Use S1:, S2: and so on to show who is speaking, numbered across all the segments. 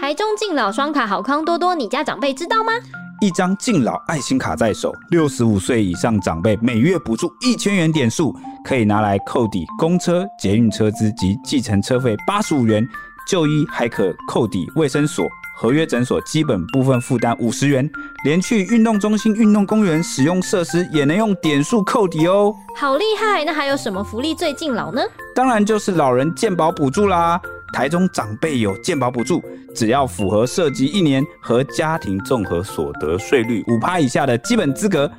S1: 台中敬老双卡好康多多，你家长辈知道吗？
S2: 一张敬老爱心卡在手，六十五岁以上长辈每月补助一千元点数，可以拿来扣抵公车、捷运车资及计程车费八十五元，就医还可扣抵卫生所、合约诊所基本部分负担五十元，连去运动中心、运动公园使用设施也能用点数扣抵哦。
S1: 好厉害！那还有什么福利最敬老呢？
S2: 当然就是老人健保补助啦。台中长辈有健保补助，只要符合涉及一年和家庭综合所得税率五趴以下的基本资格，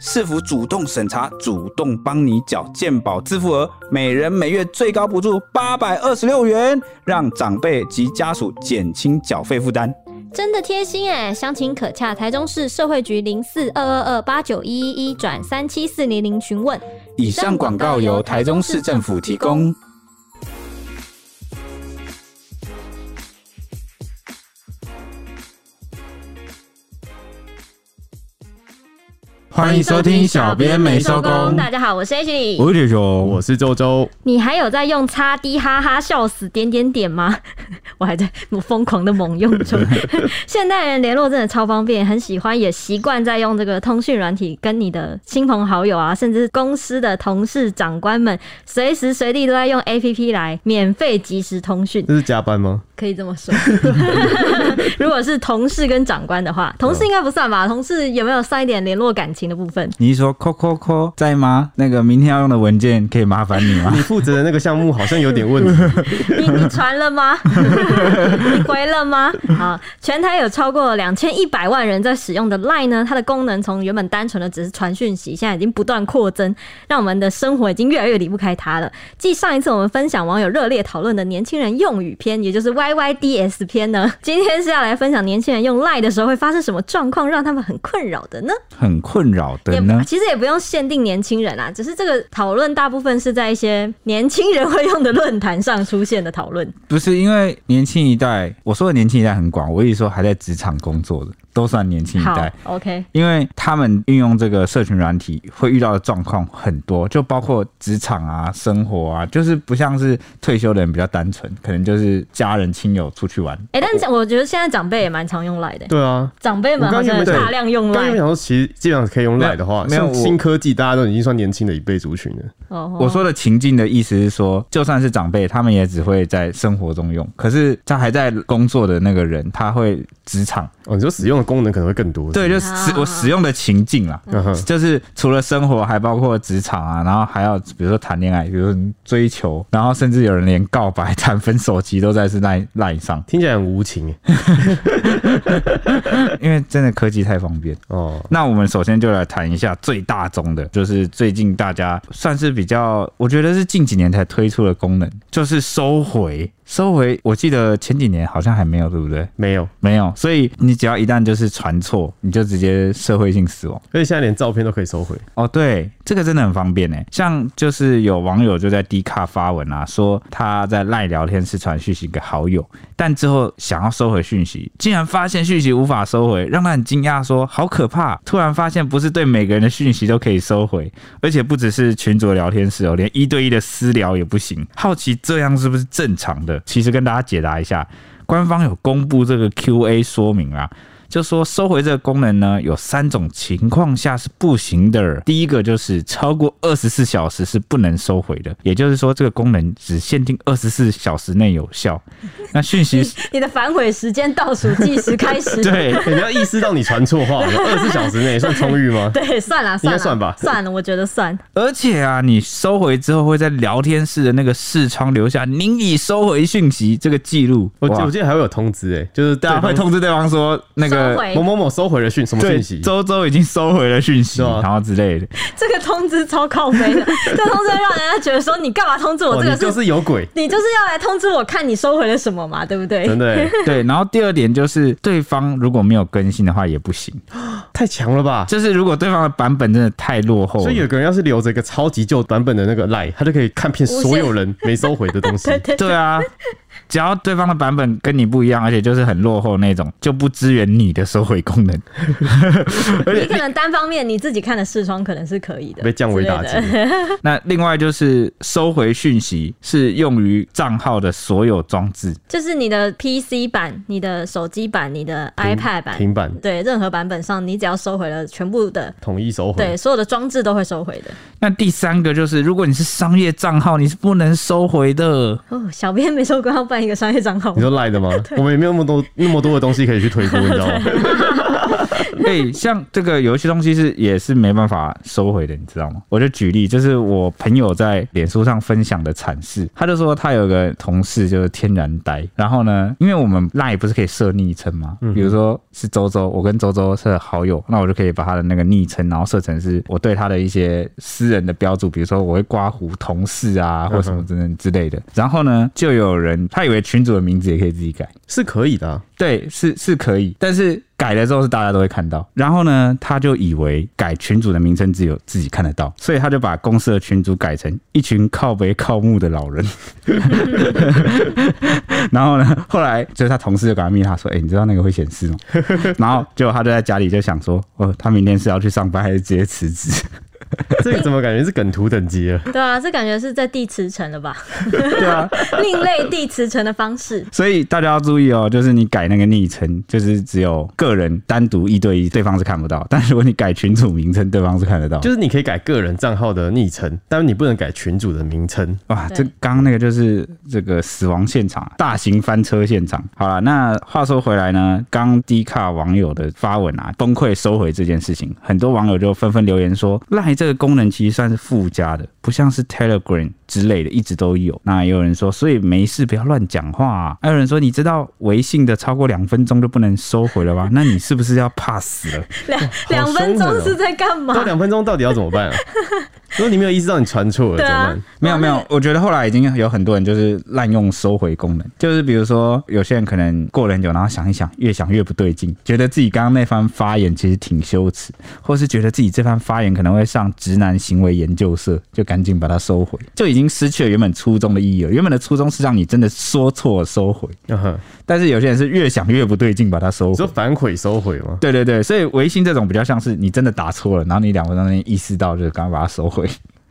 S2: 市府主动审查，主动帮你缴健保自付额，每人每月最高补助八百二十六元，让长辈及家属减轻缴费负担。
S1: 真的贴心哎！详情可洽台中市社会局零四二二二八九一一一转三七四零零询问。
S2: 以上广告由台中市政府提供。
S3: 欢迎收听小编没收工
S1: 大家好，我是 H 李。
S3: 我是九九，我是周周。
S1: 你还有在用叉 D 哈哈笑死点点点吗？ 我还在疯狂的猛用中。 现代人联络真的超方便，很喜欢，也习惯在用这个通讯软体跟你的亲朋好友啊，甚至是公司的同事、长官们，随时随地都在用 APP 来免费即时通讯。
S3: 这是加班吗？
S1: 可以这么说。 如果是同事跟长官的话，同事应该不算吧？同事有没有算一点联络感情的部分？
S2: 你是说扣扣扣在吗？那个明天要用的文件可以麻烦你吗
S3: 你？负责的那个项目好像有点问题。
S1: 你你传了吗？你回了吗？好，全台有超过两千一百万人在使用的 LINE 呢，它的功能从原本单纯的只是传讯息，现在已经不断扩增，让我们的生活已经越来越离不开它了。继上一次我们分享网友热烈讨论的年轻人用语篇，也就是 YYDS 篇呢，今天是要来分享年轻人用 LINE 的时候会发生什么状况，让他们很困扰的呢？
S2: 很困扰的
S1: 也
S2: 呢。
S1: 其实也不用限定年轻人啊，只是这个讨论大部分是在一些年轻人会用的论坛上出现的讨论。
S2: 不是因为年轻一代，我说的年轻一代很广，我意思说还在职场工作的都算年
S3: 嗯
S2: 轻一
S1: 好
S2: 代，
S1: OK，
S2: 因为他们运用这个社群软体会遇到的状况很多，就包括职场啊、生活啊，就是不像是退休的人比较单纯，可能就是家人亲友出去玩。
S1: 哎、但是我觉得现在长辈也蛮常用赖的、
S3: 对啊，
S1: 长辈们
S3: 我
S1: 好
S3: 刚
S1: 像
S3: 原本
S1: 大量用
S3: 刚刚
S1: 赖
S3: 有想说，其实基本上可以用
S2: 没有
S3: Line 的话，
S2: 没有
S3: 像
S2: 我
S3: 新科技，大家都已经算年轻的一辈族群了。
S1: 哦。
S2: 我说的情境的意思是说，就算是长辈，他们也只会在生活中用，可是他还在工作的那个人，他会职场
S3: 哦，你说使用的功能可能会更多。
S2: 对，
S3: 是
S2: 就
S3: 吗
S2: 使
S1: 啊
S2: 我使用的情境啦，
S3: 嗯哼
S2: 就是除了生活，还包括职场啊，然后还要比如说谈恋爱，比如说你追求，然后甚至有人连告白、谈分手期都在是赖 赖上，
S3: 听起来很无情哎。
S2: 因为真的科技太方便。
S3: 哦，
S2: 那我们首先就来谈一下最大宗的，就是最近大家算是比较，我觉得是近几年才推出的功能，就是收回。收回，我记得前几年好像还没有，对不对？
S3: 没有，
S2: 没有，所以你只要一旦就是传错，你就直接社会性死亡。
S3: 而且现在连照片都可以收回。
S2: 哦，对，这个真的很方便呢。欸像就是有网友就在 D 卡发文啊，说他在赖聊天室传讯息给好友，但之后想要收回讯息，竟然发现讯息无法收回，让他很惊讶，说好可怕！突然发现不是对每个人的讯息都可以收回，而且不只是群组的聊天室哦，连一对一的私聊也不行。好奇这样是不是正常的？其实跟大家解答一下，官方有公布这个 Q&A 说明啊，就说收回这个功能呢，有三种情况下是不行的。第一个就是超过二十四小时是不能收回的，也就是说这个功能只限定二十四小时内有效。那讯 息
S1: 你的反悔时间倒数计时 开始。
S2: 对
S3: 欸你要意识到你传错话了，二十四小时内算充裕吗？
S1: 对，算了，
S3: 应
S1: 算
S3: 该
S1: 了，
S3: 算吧
S1: 算了，我觉得算。
S2: 而且啊，你收回之后会在聊天室的那个视窗留下“您已收回讯息”这个记录。
S3: 我
S2: 哇
S3: 我记得还会有通知哎，就是
S2: 大家会
S3: 对方
S2: 通知对方说那
S1: 收
S2: 个
S1: 回
S3: 某某某收回了讯什么
S2: 对
S3: 讯息？
S2: 周周已经收回了讯息，
S3: 是吗
S2: 然后之类的。
S1: 这个通知超靠背 的，这个通知会让人家觉得说你干嘛通知我
S3: 哦，
S1: 这
S3: 你
S1: 个事？
S3: 就是有鬼，
S1: 你就是要来通知我看你收回了什么嘛，对不对？
S3: 真的欸，
S2: 对，然后第二点就是对方如果没有更新的话也不行。
S3: 太强了吧！
S2: 就是如果对方的版本真的太落
S1: 哦
S2: 后
S3: 所以有
S2: 了。
S3: 个人要是留着一个超级旧版本的那个 line，他就可以看遍所有人没收回的东西。
S1: 对对
S2: 对啊，只要对方的版本跟你不一样，而且就是很落后那种，就不支援你的收回 功能。而
S1: 你
S2: 且
S1: 可能单方面你自己看的视窗可能是可以的，
S4: 被降维打击
S1: 之类的。
S2: 那另外就是收回讯息是用于账号的所有装置，
S1: 就是你的 PC 版、你的手机版、你的 iPad 版，
S4: 平板
S1: 对任何版本上，你只要收回了全部的，
S4: 统一收
S1: 对
S4: 回，
S1: 所有的装置都会收回的。
S2: 那第三个就是，如果你是商业账号，你是不能收回的。
S1: 哦，小编没收官要办一个商业账号
S4: 你，说 赖的吗？我们也没有那么多那么多的东西可以去推估，你知道吗？
S2: 对、哎像这个有一些东西是也是没办法收回的，你知道吗？我就举例，就是我朋友在脸书上分享的阐释，他就说他有个同事就是天然呆，然后呢，因为我们赖不是可以设昵称吗？比如说是周周，我跟周周是好友，那我就可以把他的那个昵称，然后设成是我对他的一些私人的标注，比如说我会刮胡同事啊，或什么之类之类的。然后呢，就有人他以为群主的名字也可以自己改。
S4: 是可以 的啊、
S2: 对，是是可以，但是改了之后是大家都会看到。然后呢，他就以为改群主的名称只有自己看得到，所以他就把公司的群主改成一群靠北靠木的老 人。然后呢，后来就是他同事就赶快密他说：“哎、你知道那个会显示吗？” 然后结果他就在家里就想说：“哦，他明天是要去上班还是直接辞职
S4: 这个怎么感觉是梗图等级了？
S1: 对啊，这感觉是在地磁层 了吧？？”
S2: 对啊，
S1: 另类地磁层的方式。
S2: 所以大家要注意哦，就是你改那个昵称，就是只有个人单独一对一，对方是看不到；但如果你改群主名称，对方是看得到。
S4: 就是你可以改个人账号的昵称，但是你不能改群主的名称。
S2: 哇，
S1: 对
S2: 这刚刚那个就是这个死亡现场，大型翻车现场。好了，那话说回来呢，刚低卡网友的发文啊，崩溃收回这件事情，很多网友就纷纷留言说，赖这个功能其实算是附加的，不像是 Telegram 之类的一直都有。那也有人说，所以没事不要乱讲话、啊。还有人说，你知道微信的超过两分钟就不能收回了吧？那你是不是要怕死了？
S1: 两
S4: 好
S1: 两分
S4: 凶
S1: 钟
S4: 狠哦
S1: 是在干嘛
S4: 这？两分钟到底要怎 么办啊？如果你没有意识到你传错了，
S1: 对
S4: 怎
S1: 啊
S4: 么办？
S2: 没有没有，我觉得后来已经有很多人就是滥用收回功能，就是比如说有些人可能过了很久，然后想一想，越想越不对劲，觉得自己刚刚那番发言其实挺羞耻，或是觉得自己这番发言可能会上直男行为研究社，就赶紧把它收回，就已经失去了原本初衷的意义了。原本的初衷是让你真的说错收回，
S4: 嗯哼
S2: 但是有些人是越想越不对劲，把它收
S4: 你
S2: 回
S4: 说。反悔收回吗？
S2: 对对对，所以微信这种比较像是你真的打错了，然后你两分钟内意识到，就是赶快把它收回。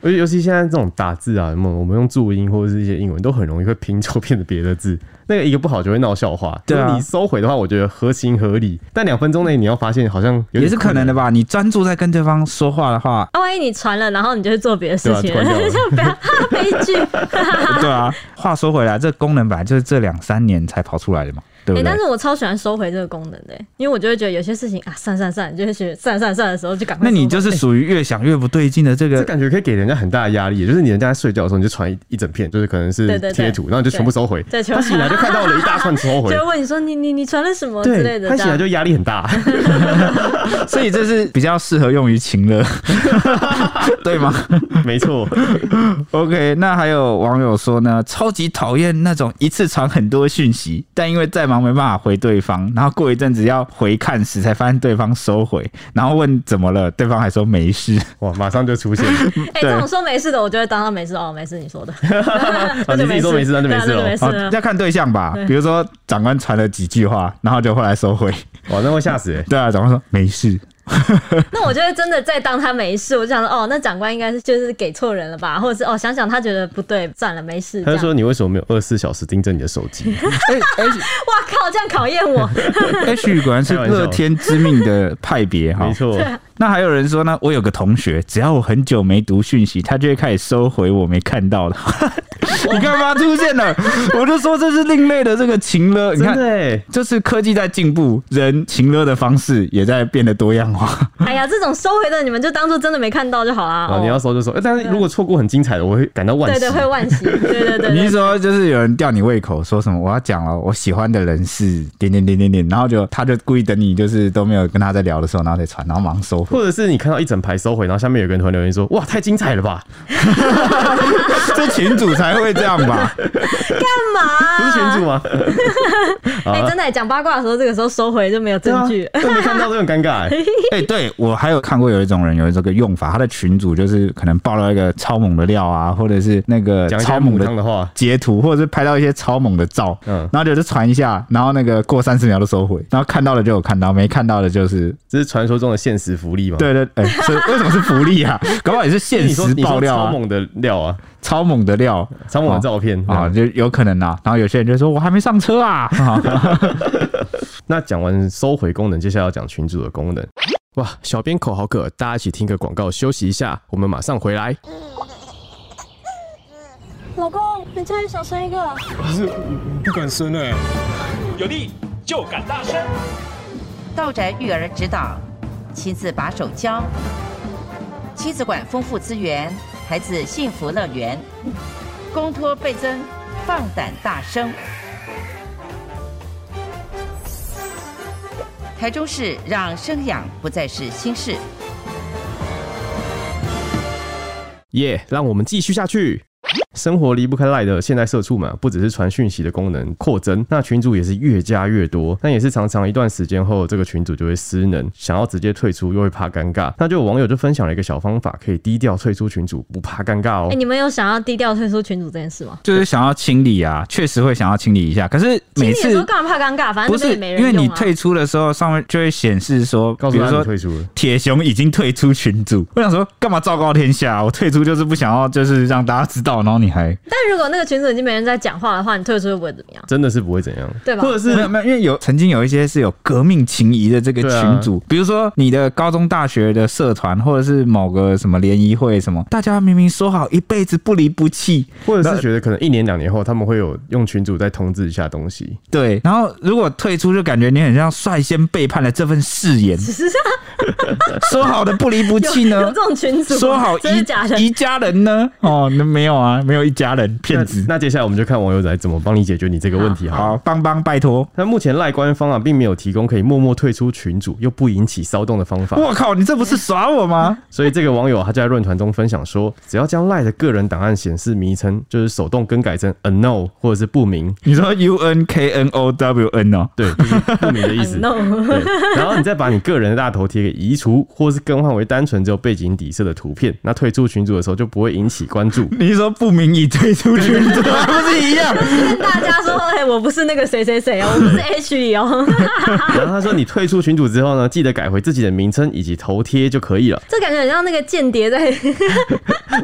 S4: 尤尤其现在这种打字啊，我们我们用注音或者是一些英文，都很容易会拼错 变成别的字。那个一个不好就会闹笑话。
S2: 对啊
S4: 就是你收回的话，我觉得合情合理。但两分钟内你要发现，好像有点
S2: 也是可能的吧？你专注在跟对方说话的话，
S1: 啊，万一你传了，然后你就去做别的事情
S4: 对啊
S1: 了，
S4: 突然
S1: 就 不要哈悲剧。
S2: 对啊，话说回来，这功能本来就是这两三年才跑出来的嘛，对
S1: 哎、
S2: 不对？
S1: 但是我超喜欢收回这个功能的、因为我就会觉得有些事情啊，算算算，就会觉得算算算的时候就赶快
S2: 那
S1: 收回。
S2: 你就是属于越想越不对劲的这
S4: 这
S2: 个。
S4: 感觉可以给人家很大的压力，就是你人家在睡觉的时候，你就传一一整片，就是可能是
S1: 对对对
S4: 贴图，然后你就全部收回。
S1: 对全部
S4: 他醒来就看到了一大串收
S1: 就
S4: 回
S1: 会，问你说你你你传了什么之类
S4: 对，
S1: 的，
S4: 他
S1: 这
S4: 醒来
S1: 样
S4: 就压力很大。
S2: 所以这是比较适合用于情 乐，对吗
S4: 没错，
S2: ？OK，那还有网友说呢，超级讨厌那种一次传很多讯息，但因为再忙没办法回对方，然后过一阵子要回看时才发现对方收回，然后问怎么了，对方还说没事。
S4: 哇，马上就出现。
S1: 哎、
S2: 对
S1: 这种说没事的，我就会当他没事哦，没事，你说 的，
S4: 啊你自己说没事那就
S1: 对
S4: 没
S1: 啊
S4: 事
S1: 那
S4: 了
S1: 就没事了。
S2: 哦要看对象吧，比如说长官传了几句话，然后就后来收回，
S4: 哇，那会吓死哎、
S2: 对啊，长官说没 事，
S1: 那我就会真的再当他没事，我就想说哦，那长官应该是就是给错人了吧， 或者是哦想想他觉得不对，算了，没事。
S4: 他
S1: 这样
S4: 就说你为什么没有二十四小时盯着你的手 机？
S2: 哎、哎。
S1: 哇靠，这样考验 我，
S2: H 果然是乐天知命的派别哈
S4: 没。错，
S1: 啊
S2: 那还有人说呢，我有个同学，只要我很久没读讯息，他就会开始收回我没看到的。 你看吧，出现了，我就说这是另类的这个情勒。你
S4: 真的
S2: 看，
S4: 哎、
S2: 就是科技在进步，人情勒的方式也在变得多样 化。
S1: 哎呀，这种收回的你们就当做真的没看到就好啦。哦
S4: 啊，你要收就收，哎但是如果错过很精彩的，我会感到惋
S1: 对
S4: 惜。
S1: 对会惋惜，对对对对
S2: 你是说就是有人吊你胃口，说什么我要讲了，我喜欢的人是点点点点点，然后就他就故意等你就是都没有跟他在聊的时候，然后再传，然后忙收
S4: 或者是你看到一整排收回，然后下面有个人突然留言说：“哇，太精彩了吧
S2: 就群主才会这样吧？
S1: 干嘛、！”啊
S4: 不是群主 吗？啊
S1: 哎、真的、讲八卦的时候，这个时候收回就没有证据。
S4: 对啊都没看到，这很尴 尬、欸。
S2: 哎、对我还有看过有一种人有这个用法，他的群主就是可能爆料一个超猛的料啊，或者是那个
S4: 讲一些
S2: 超
S4: 母
S2: 猛
S4: 汤的话，
S2: 截图，或者是拍到一些超猛的照，
S4: 嗯
S2: 然后就就传一下，然后那个过三十秒就收回，然后看到的就有看到，没看到的就是
S4: 这是传说中的现实福利吗？，哎
S2: 对对，哎、所以为什么是福利 啊？搞不好也是现
S4: 你说
S2: 实
S4: 你
S2: 爆
S4: 说
S2: 料、
S4: 超
S2: 啊，
S4: 猛的料啊，
S2: 超猛的料
S4: 超猛的照片
S2: 啊，
S4: 嗯
S2: 就有可能啊。然后有些人就说我还没上车啊， 啊
S4: 那讲完收回功能，接下来要讲群主的功能。哇，小编口好渴，大家一起听个广告休息一下，我们马上回来。
S5: 老公，你家里少生一个。
S6: 不敢生哎、
S7: 有力就敢大声。
S8: 道宅育儿指导，亲自把手教，亲子馆丰富资源，孩子幸福乐园，公托倍增，放胆大声。台中市让生养不再是心事。
S4: 耶、让我们继续下去。生活离不开赖的现代社畜嘛，不只是传讯息的功能扩增，那群主也是越加越多，但也是常常一段时间后，这个群主就会失能，想要直接退出又会怕尴尬，那就有网友就分享了一个小方法，可以低调退出群主，不怕尴尬哦
S1: 哎、。你们有想要低调退出群组这件事吗？
S2: 就是想要清理啊，确实会想要清理一下。可是每
S1: 清理的时候
S2: 次
S1: 干嘛怕尴尬？反正
S2: 不
S1: 那边
S2: 是
S1: 也没人
S2: 因
S1: 用、啊、
S2: 为你退出的时候，上面就会显示说，
S4: 告
S2: 比
S4: 诉
S2: 如
S4: 他你
S2: 说
S4: 退出了，
S2: 铁熊已经退出群组。我想说，干嘛昭告天下啊？我退出就是不想要，就是让大家知道，然后你还
S1: 但如果那个群组已经没人在讲话的话，你退出又不会怎么样，
S4: 真的是不会怎样。
S1: 对吧？
S4: 或者是
S2: 没有没有，因为有曾经有一些是有革命情谊的这个
S4: 对啊
S2: 群组，比如说你的高中、大学的社团，或者是某个什么联谊会什么，大家明明说好一辈子不离不弃，
S4: 或者是觉得可能一年两年后，他们会有用群主再通知一下东西，
S2: 对，然后如果退出，就感觉你很像率先背叛了这份誓言，
S1: 只 是啊
S2: 说好的不离不弃
S1: 有
S2: 呢
S1: 这？种 群组吗，
S2: 说好
S1: 真的假的？
S2: 一一家人呢？哦，那没有啊，没有一家人，骗子。
S4: 那。那接下来我们就看网友仔怎么帮你解决你这个问题好了
S2: 好，帮帮，拜托！
S4: 那目前赖官方啊，并没有提供可以默默退出群组又不引起骚动的方法，
S2: 我靠，你这不是耍我吗？
S4: 所以这个网友他就在论坛中分享说，只要将赖的个人档案显示名称，就是手动更改成 unknown 或者是不明，
S2: 你说 U N K N O W N 哦，
S4: 对，就是不明的意思。
S1: no，
S4: 对，然后你再把你个人的大头贴给移除，或是更换为单纯只有背景底色的图片，那退出群组的时候就不会引起关注。
S2: 你是说不明已退出群组，还 不是一样？
S1: 跟大家说，哎、我不是那个谁谁谁哦，我不是 H 里哦，
S4: 然后他说，你退出群组之后呢，记得改回自己的名称以及头贴就可以了。
S1: 这感觉很像那个间谍在，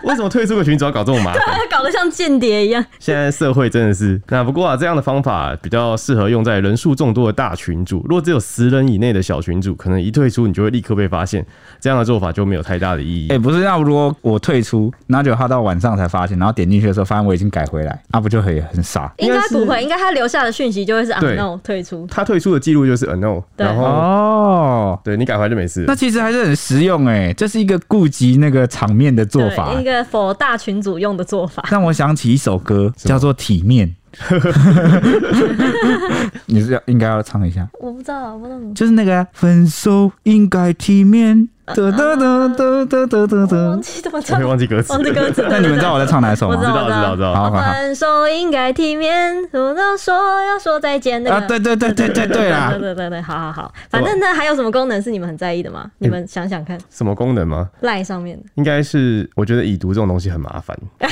S4: 为什么退出个群组要搞这么麻烦？
S1: 搞得像间谍一样。
S4: 现在社会真的是，那不过啊，这样的方法比较适合用在人数众多的大群组。如果只有十人以内的小群组，可能一退出你就会立刻被发现，这样的做法就没有太大的意义。
S2: 哎、不是，那如果我退出，然后就他到晚上才发现，然后点进去的时候发现我已经改回来，那、不就很很傻？
S1: 应
S4: 该
S1: 该
S4: 是
S1: 不会，应该他留下的讯息就会是 u
S4: 对
S1: no 退出。
S4: 他退出的记录就是 a no，
S1: 对
S4: 然后
S2: 哦，
S4: 对你改回来就没事
S2: 那
S4: 了。
S2: 其实还是很实用哎、这是一个顾及那个场面的做
S1: 对
S2: 法
S1: 一，个 for 大群组用的做法。
S2: 让我想起一首歌叫做《体面》。 你是要应该要唱一下，
S1: 我不知道，我不知道怎么
S2: 就是那个啊、分手应该体 面，得得得得得得得
S1: 忘
S2: 得。
S1: 记怎么唱
S4: 我 会，忘记 歌词，
S1: 忘记歌词。
S2: 哦那哦你们知道我在唱哪一首
S1: 我
S2: 吗？
S1: 知道，
S4: 知道知道
S2: 好好好
S1: 分手应该体面，不能说要说再见那个。
S2: 啊，对对对对对对啦
S1: 对！对对对，好好好，反正呢，还有什么功能是你们很在意的吗？你们想想看，
S4: 什么功能吗？
S1: 赖上面的，
S4: 应该是我觉得已读这种东西很麻 烦，
S1: 我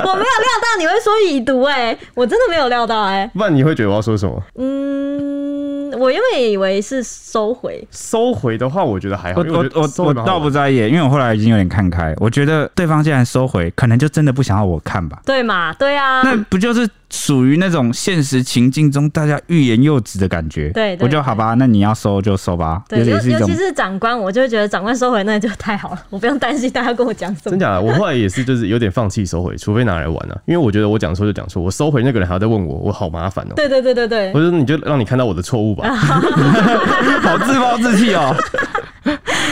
S1: 没有料到你会说已读哎、我真的没有料到哎、
S4: 不然你会觉得我要说什么？
S1: 嗯，我原本也以为是收回，
S4: 收回的话，我觉得还好，
S2: 我
S4: 因为
S2: 我
S4: 觉得
S2: 我
S4: 收
S2: 我
S4: 回蛮好
S2: 倒不
S4: 玩
S2: 在意，因为我后来已经有点看开。我觉得对方既然收回，可能就真的不想要我看吧。
S1: 对嘛？对啊，
S2: 那不就是属于那种现实情境中大家欲言又止的感觉？
S1: 对对
S2: 我就好吧，那你要收就收吧，
S1: 对，
S2: 也
S1: 尤
S2: 是一
S1: 尤
S2: 种
S1: 其是长官，我就会觉得长官收回那就太好了，我不用担心大家跟我讲什
S4: 真
S1: 么。
S4: 假的？我后来也是，就是有点放弃收回，除非拿来玩啊。因为我觉得我讲错就讲错，我收回那个人还要再问我，我好麻烦哦、
S1: 对对对对对
S4: 我，就啊说你就让你看到我的错误吧。
S2: 好自暴自弃哦。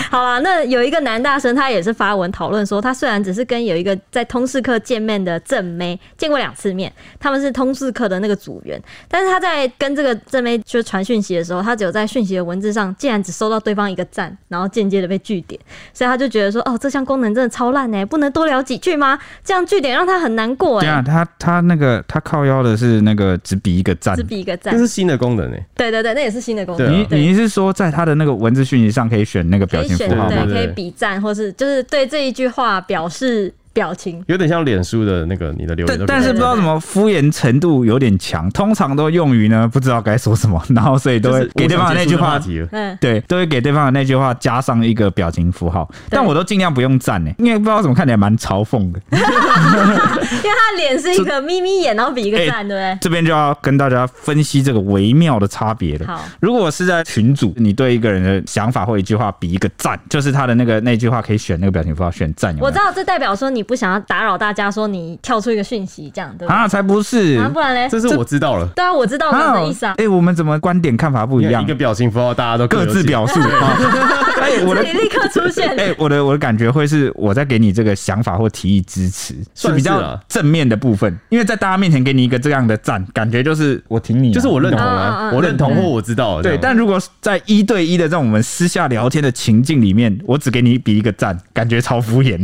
S1: 好了，那有一个男大生，他也是发文讨论说，他虽然只是跟有一个在通识课见面的正妹见过两次面，他们是通识课的那个组员，但是他在跟这个正妹就传讯息的时候，他只有在讯息的文字上，竟然只收到对方一个赞，然后间接的被据点，所以他就觉得说，哦，这项功能真的超烂哎、不能多聊几句吗？这样据点让他很难过
S2: 对
S1: 哎、
S2: 啊，他他那个他靠腰的是那个只比一个赞
S1: 只，比一个赞
S4: 这，是新的功能欸诶、
S1: 对对对，那也是新的功能。
S4: 对
S2: 你
S4: 啊
S1: 对
S2: 你是说在他的那个文字讯息上可以选那个表
S1: 可以
S2: 情
S1: 选
S2: 符号
S1: 对，
S2: 吗？
S4: 对
S1: 可以比赞，或是就是对这一句话表示表情。
S4: 有点像脸书的那个你的留
S2: 对
S4: 言都可以，
S2: 但是不知道怎么敷衍程度有点强，通常都用于呢不知道该说什么，然后所以都
S4: 就是
S2: 会给对方的那句
S4: 我
S2: 话
S4: 想结束这个话，题了
S1: 嗯，
S2: 对，都会给对方的那句话加上一个表情符号，
S1: 对
S2: 但我都尽量不用赞呢、欸因为不知道怎么看起来蛮嘲讽的。
S1: 因为他脸是一个眯眯眼，然后比一个赞，对
S2: 这边就要跟大家分析这个微妙的差别
S1: 不对？
S2: 了。
S1: 好，
S2: 如果是在群组，你对一个人的想法或一句话比一个赞，就是他的那个那句话可以选那个表情符号，选赞有没有
S1: 我知道这代表说你不想要打扰大家，说你跳出一个讯息这样，对不
S2: 啊，才不是
S1: 对？啊，不然嘞？
S4: 这是我知道了。
S1: 对啊，我知道我的意思啊。
S2: 哎、我们怎么观点看法不一
S4: 因为
S2: 样
S4: 一个？表情符号，大家都
S2: 各
S4: 有
S2: 自
S4: 解
S2: 表述啊。 哎、我
S1: 这
S2: 的
S1: 里立刻出现，
S2: 哎、我的我的感觉会是我在给你这个想法或提议支持，
S4: 算是
S2: 比较
S4: 啊
S2: 正面的部分，因为在大家面前给你一个这样的赞，感觉就是我挺你啊、
S4: 就是我认同
S1: 嗯嗯
S4: 啊，
S1: 嗯
S4: 我认同或我知道了。
S2: 对，
S4: 这样
S2: 但如果在一对一的这种我们私下聊天的情境里面，我只给你比一个赞，感觉超敷 衍。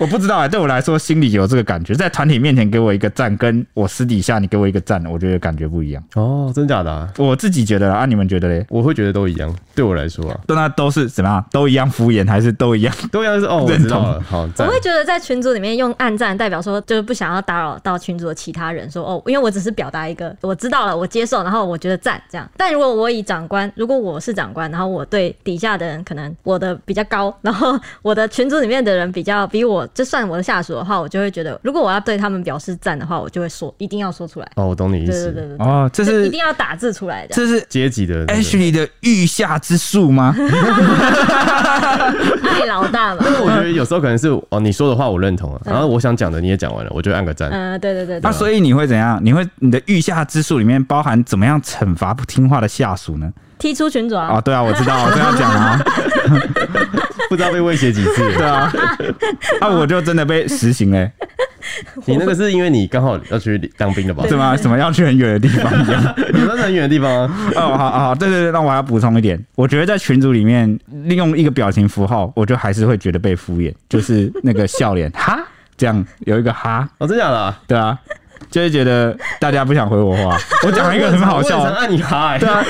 S2: 我不知道啊、对我来说心里有这个感觉，在团体面前给我一个赞，跟我私底下你给我一个赞，我觉得感觉不一样。
S4: 哦，真假的啊，
S2: 我自己觉得啦啊，你们觉得嘞？
S4: 我会觉得都一样。对我来说啊，
S2: 那都是怎么样？都一样敷衍，还是都一样？
S4: 都一样是哦，我
S2: 认
S4: 知
S2: 同
S4: 道了。好，
S1: 我
S4: 赞。
S1: 会觉得在群组里面用暗赞，代表说就是不想要打扰到群组的其他人说，哦，因为我只是表达一个我知道了，我接受，然后我觉得赞这样。但如果我以长官，如果我是长官，然后我对底下的人，可能我的比较高，然后我的群组里面的人比较比我就算我的下属的话，我就会觉得，如果我要对他们表示赞的话，我就会说一定要说出来。
S4: 哦，我懂你意
S1: 对对对
S4: 思。
S1: 对对，
S2: 哦，这
S1: 就是一定要打字出来的。
S2: 这哎是
S4: 阶级的那个
S2: Ashley 的御下之术吗？
S1: 爱老大嘛。
S4: 我觉得有时候可能是哦，你说的话我认同啊，然后我想讲的你也讲完了，我就按个赞。
S1: 嗯，对对对对
S2: 那、啊所以你会怎样？你会你的御下之术里面包含怎么样惩罚不听话的下属呢？
S1: 踢出群组啊
S2: 啊、，对啊，我知道，我这样讲啊，
S4: 不知道被威胁几次。
S2: 对啊， 啊，我就真的被实行 嘞、
S4: 你那个是因为你刚好要去当兵的吧？
S2: 怎么怎么要去很远的地 方一样？
S4: 你那是很远的地方啊。
S2: 哦，好好，对对对，那我还要补充一点，我觉得在群组里面利用一个表情符号，我就还是会觉得被敷衍，就是那个笑脸 哈，这样有一个哈，
S4: 哦，真假的啊？
S2: 对啊，就会觉得大家不想回我话，我讲了一个很好笑
S4: 我
S2: 的
S4: 很常，按你哈欸。
S2: 对啊，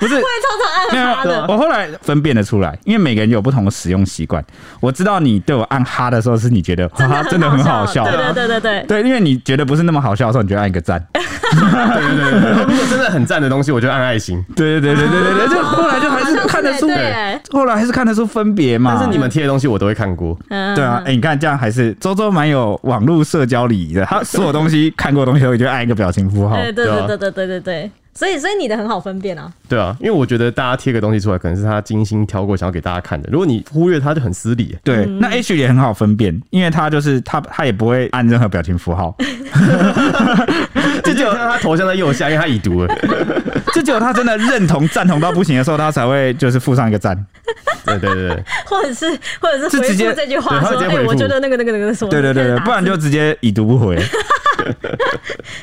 S2: 不是。
S1: 超
S2: 没
S1: 常
S2: 有
S1: 爱他
S2: 没
S1: 的
S2: 有，。我后来分辨得出来，因为每个人有不同的使用习惯。我知道你对我按哈的时候，是你觉得哈哈真的很好笑，
S1: 对对对对对，
S2: 对，因啊为你觉得不是那么好笑的时候，你就按一个赞。
S4: 对对对。然后如果真的很赞的东西，我就按爱心。
S2: 对对对对对对 对，就后来就还是看得
S1: 好
S2: 出
S1: 像是耶，
S2: 后来还是看得出分别嘛。
S4: 但是你们贴的东西我都会看过。
S1: 嗯
S2: 对啊，哎、你看这样还是周周蛮有网络社交礼仪的，他所有东西看过的东西，我就按一个表情符号。
S1: 对对
S4: 对啊
S1: 对对对对对对，所以所以你的很好分辨啊，
S4: 对啊，因为我觉得大家贴个东西出来，可能是他精心挑过，想要给大家看的。如果你忽略它，就很失礼。
S2: 对，那 H 也很好分辨，因为他就是他，他也不会按任何表情符 号，
S4: 这就看到他头像在右下，因为他已读了，
S2: 这只有他真的认同、赞同到不行的时候，他才会就是附上一个赞。
S4: 对对对对，
S1: 或者是或者是
S2: 是
S1: 回
S2: 直接
S1: 复这句话
S4: 对他会
S1: 说，
S4: 直接
S1: 哎、
S4: 回复
S1: 我觉得那个那个那个什么，
S2: 对对对
S1: 开始
S2: 对，
S1: 打字
S2: 不然就直接已读不回。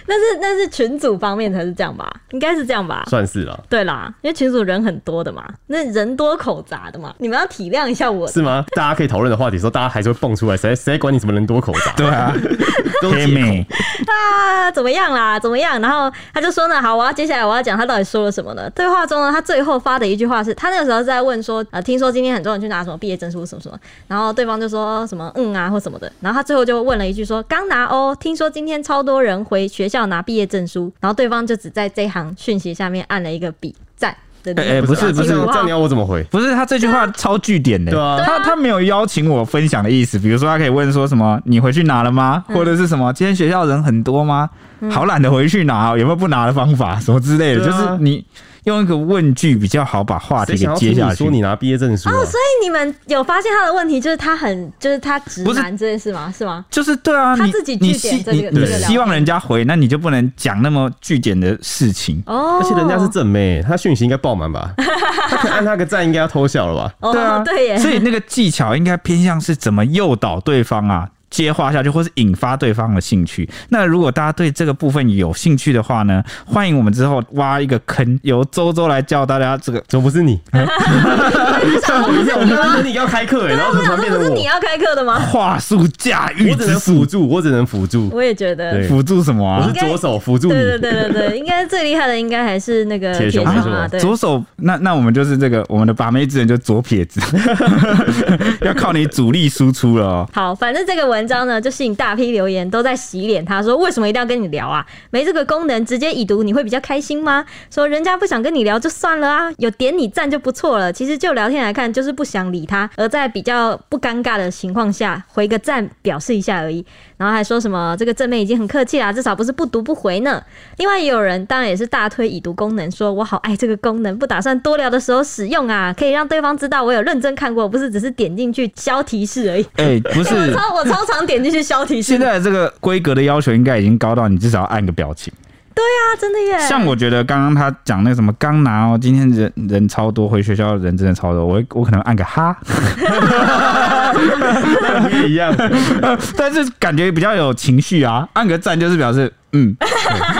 S1: 那是那是群组方面才是这样吧，应该是这样吧。
S4: 算是啦，
S1: 对啦，因为群组人很多的嘛，那人多口杂的嘛，你们要体谅一下我。
S4: 是吗？大家可以讨论的话题的时候，大家还是会蹦出来，谁谁管你什么人多口杂，
S2: 对啊，
S4: 都是
S2: 黑
S4: 借口
S2: 妹，
S1: 啊，怎么样啦？怎么样？然后他就说呢，好，我要接下来我要讲他到底说了什么呢？对话中呢，他最后发的一句话是，他那个时候是在问说，呃，听说今天很多人去拿什么毕业证书什么什么，然后对方就说什么嗯啊或什么的，然后他最后就问了一句说，刚拿哦，听说今天超多人回学校拿毕业证书，然后对方就只在这一行讯息下面按了一个笔赞。对对
S2: 哎哎
S1: 对
S2: 不是
S1: 表
S2: 不是
S1: 情符号
S4: 这样你要我怎么回？
S2: 不是他这句话超据点的、
S4: 对啊
S2: 他他没有邀请我分享的意思，比如说他可以问说什么你回去拿了吗，
S1: 嗯
S2: 或者是什么今天学校人很多吗？好懒得回去拿哦，有没有不拿的方法什么之类的，
S4: 对
S2: 就
S4: 啊
S2: 是你用一个问句比较好把话题
S4: 谁
S2: 给
S4: 想要
S2: 接
S4: 听
S2: 下
S4: 你
S2: 去哦
S4: 说。你拿毕业证书、啊？
S1: 所哎以你们有发现他的问题就是他很就是他直
S2: 不是
S1: 男这件事吗？是吗？
S2: 就是对啊，
S1: 他
S2: 你
S1: 自己
S2: 你
S1: 据点
S2: 希
S1: 这
S2: 你
S1: 个
S2: 你
S4: 这个
S1: 聊
S2: 希望
S1: 天
S2: 人家回，那你就不能讲那么据点的事情。
S1: 哦，
S4: 而且人家是正妹，她讯息应该爆 满吧？她可能按她个赞，应该要偷笑了吧？
S1: 哦
S2: 对啊，
S1: 对耶，
S2: 所以那个技巧应该偏向是怎么诱导对方啊，接话下去，或是引发对方的兴趣。那如果大家对这个部分有兴趣的话呢，欢迎我们之后挖一个坑，由周周来教大家这个。
S4: 怎么不是 你？
S1: 嗯不是
S4: 我刚刚你要开课哎、然后怎么突然变
S1: 不
S4: 成
S1: 是
S4: 我
S1: 你？啊要开课的吗？
S2: 话术驾驭
S4: 我只
S2: 之
S4: 能辅
S2: 术，
S4: 助，我只能辅助，
S2: 啊
S1: 我也觉得，
S4: 对
S2: 辅助什么
S4: 我
S2: 啊
S4: 是？左手辅助你。
S1: 对对对对对，应该最厉害的应该还是那个
S4: 铁
S1: 熊
S4: 熊没错
S1: 啊，对，
S2: 左手那那我们就是这个，我们的把妹之人就左撇子， 要靠你主力输出了哦。
S1: 好，反正这个文章呢，就吸引大批留言，都在洗脸。他说：“为什么一定要跟你聊啊？没这个功能，直接已读你会比较开心吗？说人家不想跟你聊就算了啊，有点你赞就不错了。其实就聊天来看，就是不想理他，而在比较不尴尬的情况下，回个赞表示一下而已。然后还说什么这个正妹已经很客气啦，至少不是不读不回呢。另外也有人当然也是大推已读功能，说我好爱这个功能，不打算多聊的时候使用啊，可以让对方知道我有认真看过，不是只是点进去消提示而已。”
S2: 哎、不
S1: 我
S2: 是，
S1: 超我超常点进去消提示
S2: 现
S1: 的，
S2: 在的这个规格的要求应该已经高到你至少要按个表情。
S1: 啊，真的耶！
S2: 像我觉得刚刚他讲那个什么刚拿哦，今天人人超多，回学校人真的超多，我我可能按个哈，
S4: 对，不一样。
S2: 但是感觉比较有情绪啊，按个赞就是表示嗯，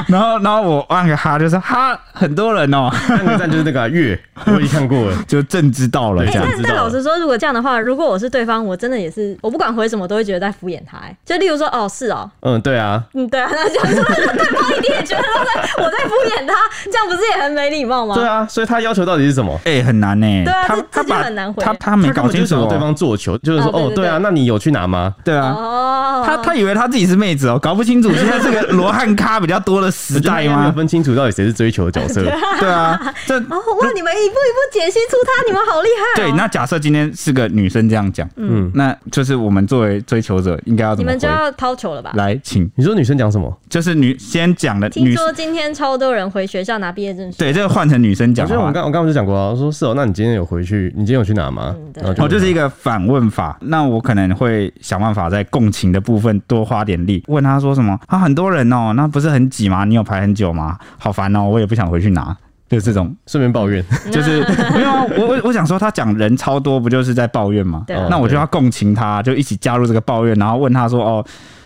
S2: 然后然后我按个哈就是哈，很多人哦，
S4: 按个赞就是那个 啊月，我已经看过了。
S2: 就正知道了
S4: 对
S2: 这样
S4: 这。
S1: 但
S4: 知道
S1: 但
S4: 了
S1: 老实说，如果这样的话，如果我是对方，我真的也是，我不管回什么，都会觉得在敷衍他、欸。就例如说，哦，是哦，
S4: 嗯，对啊，
S1: 嗯，对啊，那这样说， 对方一定也觉得他在我在敷衍他，这样不是也很没礼貌吗？
S4: 对啊，所以他要求到底是什么？
S2: 哎、很难呢、
S1: 对啊
S2: 他
S1: 这
S2: 他
S1: 这就
S2: 把
S1: 很难回
S2: 他他没
S4: 他
S2: 搞
S4: 根本就
S2: 清
S4: 想
S2: 楚、
S4: 要对
S2: 哦，
S4: 方做球，就是说，
S1: 哦对
S4: 哦，
S1: 对
S4: 对啊，
S1: 对
S4: 那你有去拿吗？
S2: 对啊，
S1: 哦，
S2: 他他以为他自己是妹子哦，搞不清 楚现在这个罗汉咖比较多的时
S4: 我觉得他
S2: 代
S4: 应该没有
S2: 吗？
S4: 分清楚到底谁是追求的角色。
S2: 对啊，这
S1: 哦哇，你们一步一步解析出他，你们好厉害、 哦！
S2: 对。那假设今天是个女生这样讲，
S4: 嗯，
S2: 那就是我们作为追求者应该要
S1: 你
S2: 怎么
S1: 们就
S2: 回？
S1: 要掏球了吧？
S2: 来，请
S4: 你说女生讲什么？
S2: 就是女先讲的
S1: 听
S2: 女，
S1: 说今天超多人回学校拿毕业证书，
S2: 对，这个换成女生讲
S4: 我觉
S2: 的
S4: 得我
S2: 话
S4: 刚，我刚刚就讲过啊，我说是哦，那你今天有回去？你今天有去拿吗
S1: 嗯？对
S4: 然后
S2: 哦，就是一
S4: 个
S2: 个反问法。那我可能会想办法在共情的部分多花点力，问他说什么啊，很多人哦，那不是很挤吗？你有排很久吗？好烦哦，我也不想回去拿。就是这种，
S4: 顺便抱怨，
S2: 就是没有啊，我我我想说，他讲人超多，不就是在抱怨吗？
S1: 哦对啊
S2: 那我就要共情他，就一起加入这个抱怨，然后问他说：“哦，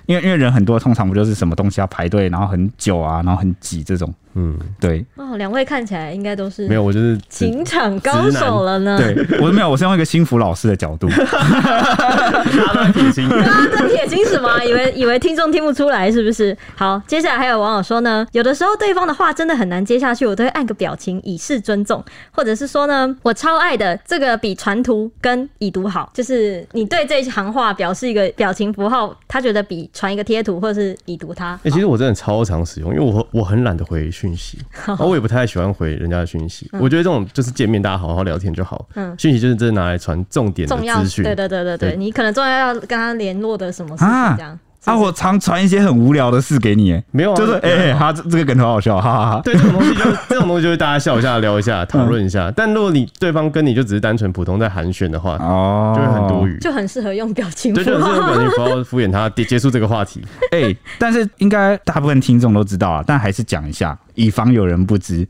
S2: 因为因为人很多，通常不就是什么东西要排队，然后很久啊，然后很挤这种。
S4: 嗯，
S2: 对
S1: 哦，两位看起来应该都是
S4: 没有，我就是只
S1: 情场高手了呢。
S2: 对，我没有，我是用一个心服老师的角 度，
S1: 啊，这铁青什么啊？以为以为听众听不出来是不是？好，接下来还有网友说呢，有的时候对方的话真的很难接下去，我都会按个表情以示尊重，或者是说呢，我超爱的这个比传图跟已读好，就是你对这一行话表示一个表情符号，他觉得比传一个贴图或者是已读哦他
S4: 哎、其实我真的超常使用，因为我我很懒得回 讯息，然后我也不太喜欢回人家的讯息。我觉得这种就是见面大家好好聊天就好，
S1: 嗯
S4: 讯息就是真的拿来传重点的
S1: 重要，
S4: 资讯。
S1: 对对对对对，
S4: 对
S1: 你可能重要要跟他联络的什么事情
S2: 啊
S1: 这样。
S2: 啊，我常传一些很无聊的事给你，哎
S4: 没有啊，
S2: 就是哎，他这这个梗头好笑，哈哈哈。
S4: 对这种东西就是这种东西就是大家笑一下、聊一下、讨论一下。但如果你对方跟你就只是单纯普通在寒暄的话，
S2: 嗯哦
S4: 就会很多。余。
S1: 就很适合用表情
S4: 对，就
S1: 符
S4: 是这种
S1: 号，
S4: 表情符号敷衍他，结结束这个话题。
S2: 哎、但是应该大部分听众都知道啊，但还是讲一下，以防有人不知。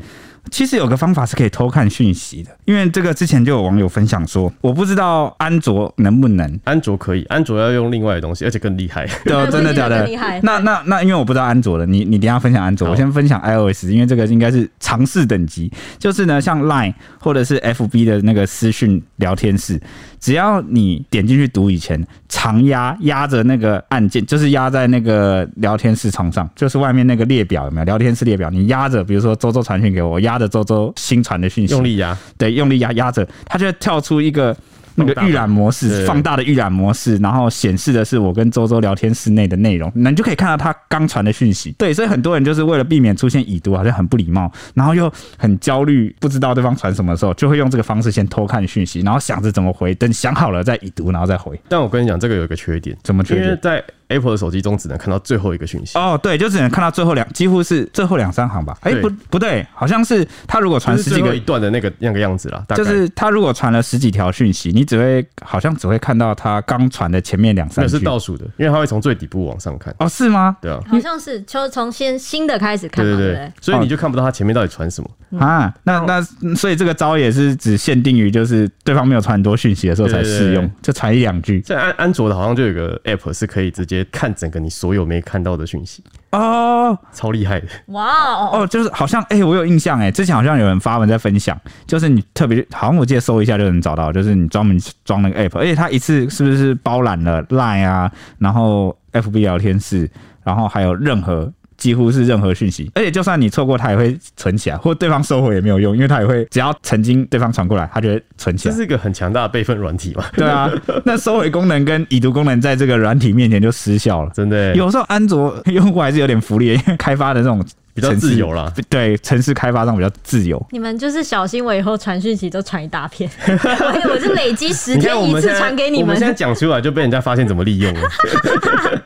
S2: 其实有个方法是可以偷看讯息的，因为这个之前就有网友分享说，我不知道安卓能不能，
S4: 安卓可以，安卓要用另外的东西，而且更厉害。
S2: 对哦，真的假的
S1: 更厉害？
S2: 那那那，因为我不知道安卓的，你你等一下分享安卓，
S4: 好
S2: 我先分享 iOS，因为这个应该是尝试等级。就是呢，像 Line 或者是 FB 的那个私讯聊天室，只要你点进去读以前，长压压着那个按键，就是压在那个聊天室窗上，就是外面那个列表有没有？聊天室列表，你压着，比如说周周传讯给我，我压着周周新传的讯息，
S4: 用力压，
S2: 对，用力压压着，它就会跳出一个那个
S4: 放大
S2: 预览模式，
S4: 对
S2: 放大的预览模式，然后显示的是我跟周周聊天室内的内容，那你就可以看到他刚传的讯息。对，所以很多人就是为了避免出现已读，好像很不礼貌，然后又很焦虑，不知道对方传什么的时候，就会用这个方式先偷看讯息，然后想着怎么回，等想好了再已读，然后再回。
S4: 但我跟你讲，这个有一个缺点，
S2: 怎么缺
S4: 因为
S2: 点？
S4: 在 Apple 的手机中只能看到最后一个讯息。
S2: 哦，对，就只能看到最后两，几乎是最后两三行吧。哎、
S4: 对
S2: 不不对，好像是他如果传
S4: 就是
S2: 十几
S4: 最后
S2: 个
S4: 一，段的那个那个样子啦，大概
S2: 就是他如果传了十几条讯息，你只会好像只会看到他刚传的前面两三
S4: 那
S2: 句。
S4: 是倒数的，因为它会从最底部往上看。
S2: 哦，是吗？
S4: 对啊，
S1: 好像是就是从先新的开始看
S4: 对
S1: 嘛，
S4: 对
S1: 对不
S4: 对
S1: 对？，
S4: 所以你就看不到它前面到底传什么。
S2: 啊，那那所以这个招也是只限定于就是对方没有传很多讯息的时候才适
S4: 对对
S2: 用
S4: 对，
S2: 就传一两句。
S4: 在安安卓的好像就有个 App 是可以直接看整个你所有没看到的讯息，
S2: 哦
S4: 超厉害的。
S1: 哇哦，
S2: 哦，就是好像哎、我有印象哎、之前好像有人发文在分享，就是你特别好像我记得搜一下就能找到，就是你专门装那个 app，而且它一次是不是包揽了 Line 啊，然后 FB 聊天室，然后还有任何。几乎是任何讯息，而且就算你错过，它也会存起来，或对方收回也没有用，因为它也会只要曾经对方传过来，它就会存起
S4: 这
S2: 来。
S4: 是一个很强大的备份软体嘛？
S2: 对啊，那收尾功能跟已读功能在这个软体面前就失效了。
S4: 真的欸
S2: 有时候安卓用户还是有点福利，因为开发的这种
S4: 比较
S2: 程式
S4: 自由啦，
S2: 对，城市开发上比较自由。
S1: 你们就是小心，我以后传讯息都传一大 片，我以为我是累积十
S4: 你看
S1: 天
S4: 我
S1: 一
S4: 们现
S1: 次
S4: 在
S1: 传给你
S4: 我们
S1: 们
S4: 现。在讲出来就被人家发现怎么利用了。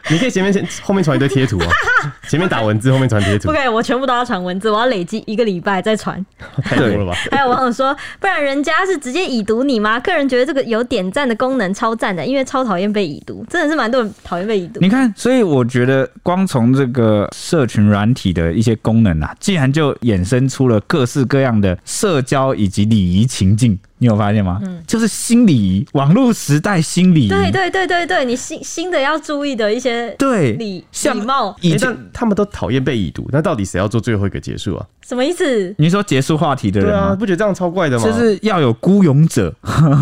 S4: 你可以前面先后面传一堆贴图啊，前面打文字，后面传贴图
S1: 不，可以，我全部都要传文字，我要累积一个礼拜再传。
S4: 太多了吧？
S1: 还有网友说，不然人家是直接已读你吗？个人觉得这个有点赞的功能超赞的，因为超讨厌被已读，真的是蛮多人讨厌被已读。
S2: 你看，所以我觉得光从这个社群软体的一些功能啊，竟然就衍生出了各式各样的社交以及礼仪情境。你有发现吗？嗯，就是新礼仪，网络时代新礼仪。
S1: 对对对对对，你新新的要注意的一些
S2: 对
S1: 礼
S2: 像
S1: 礼貌啊
S2: 以
S4: 诶
S2: 前、
S4: 哎但他们都讨厌被已读，那到底谁要做最后一个结束啊？
S1: 什么意思？
S2: 你说结束话题的人
S4: 对
S2: 吗？
S4: 啊，不觉得这样超怪的吗？
S2: 就是要有孤勇者，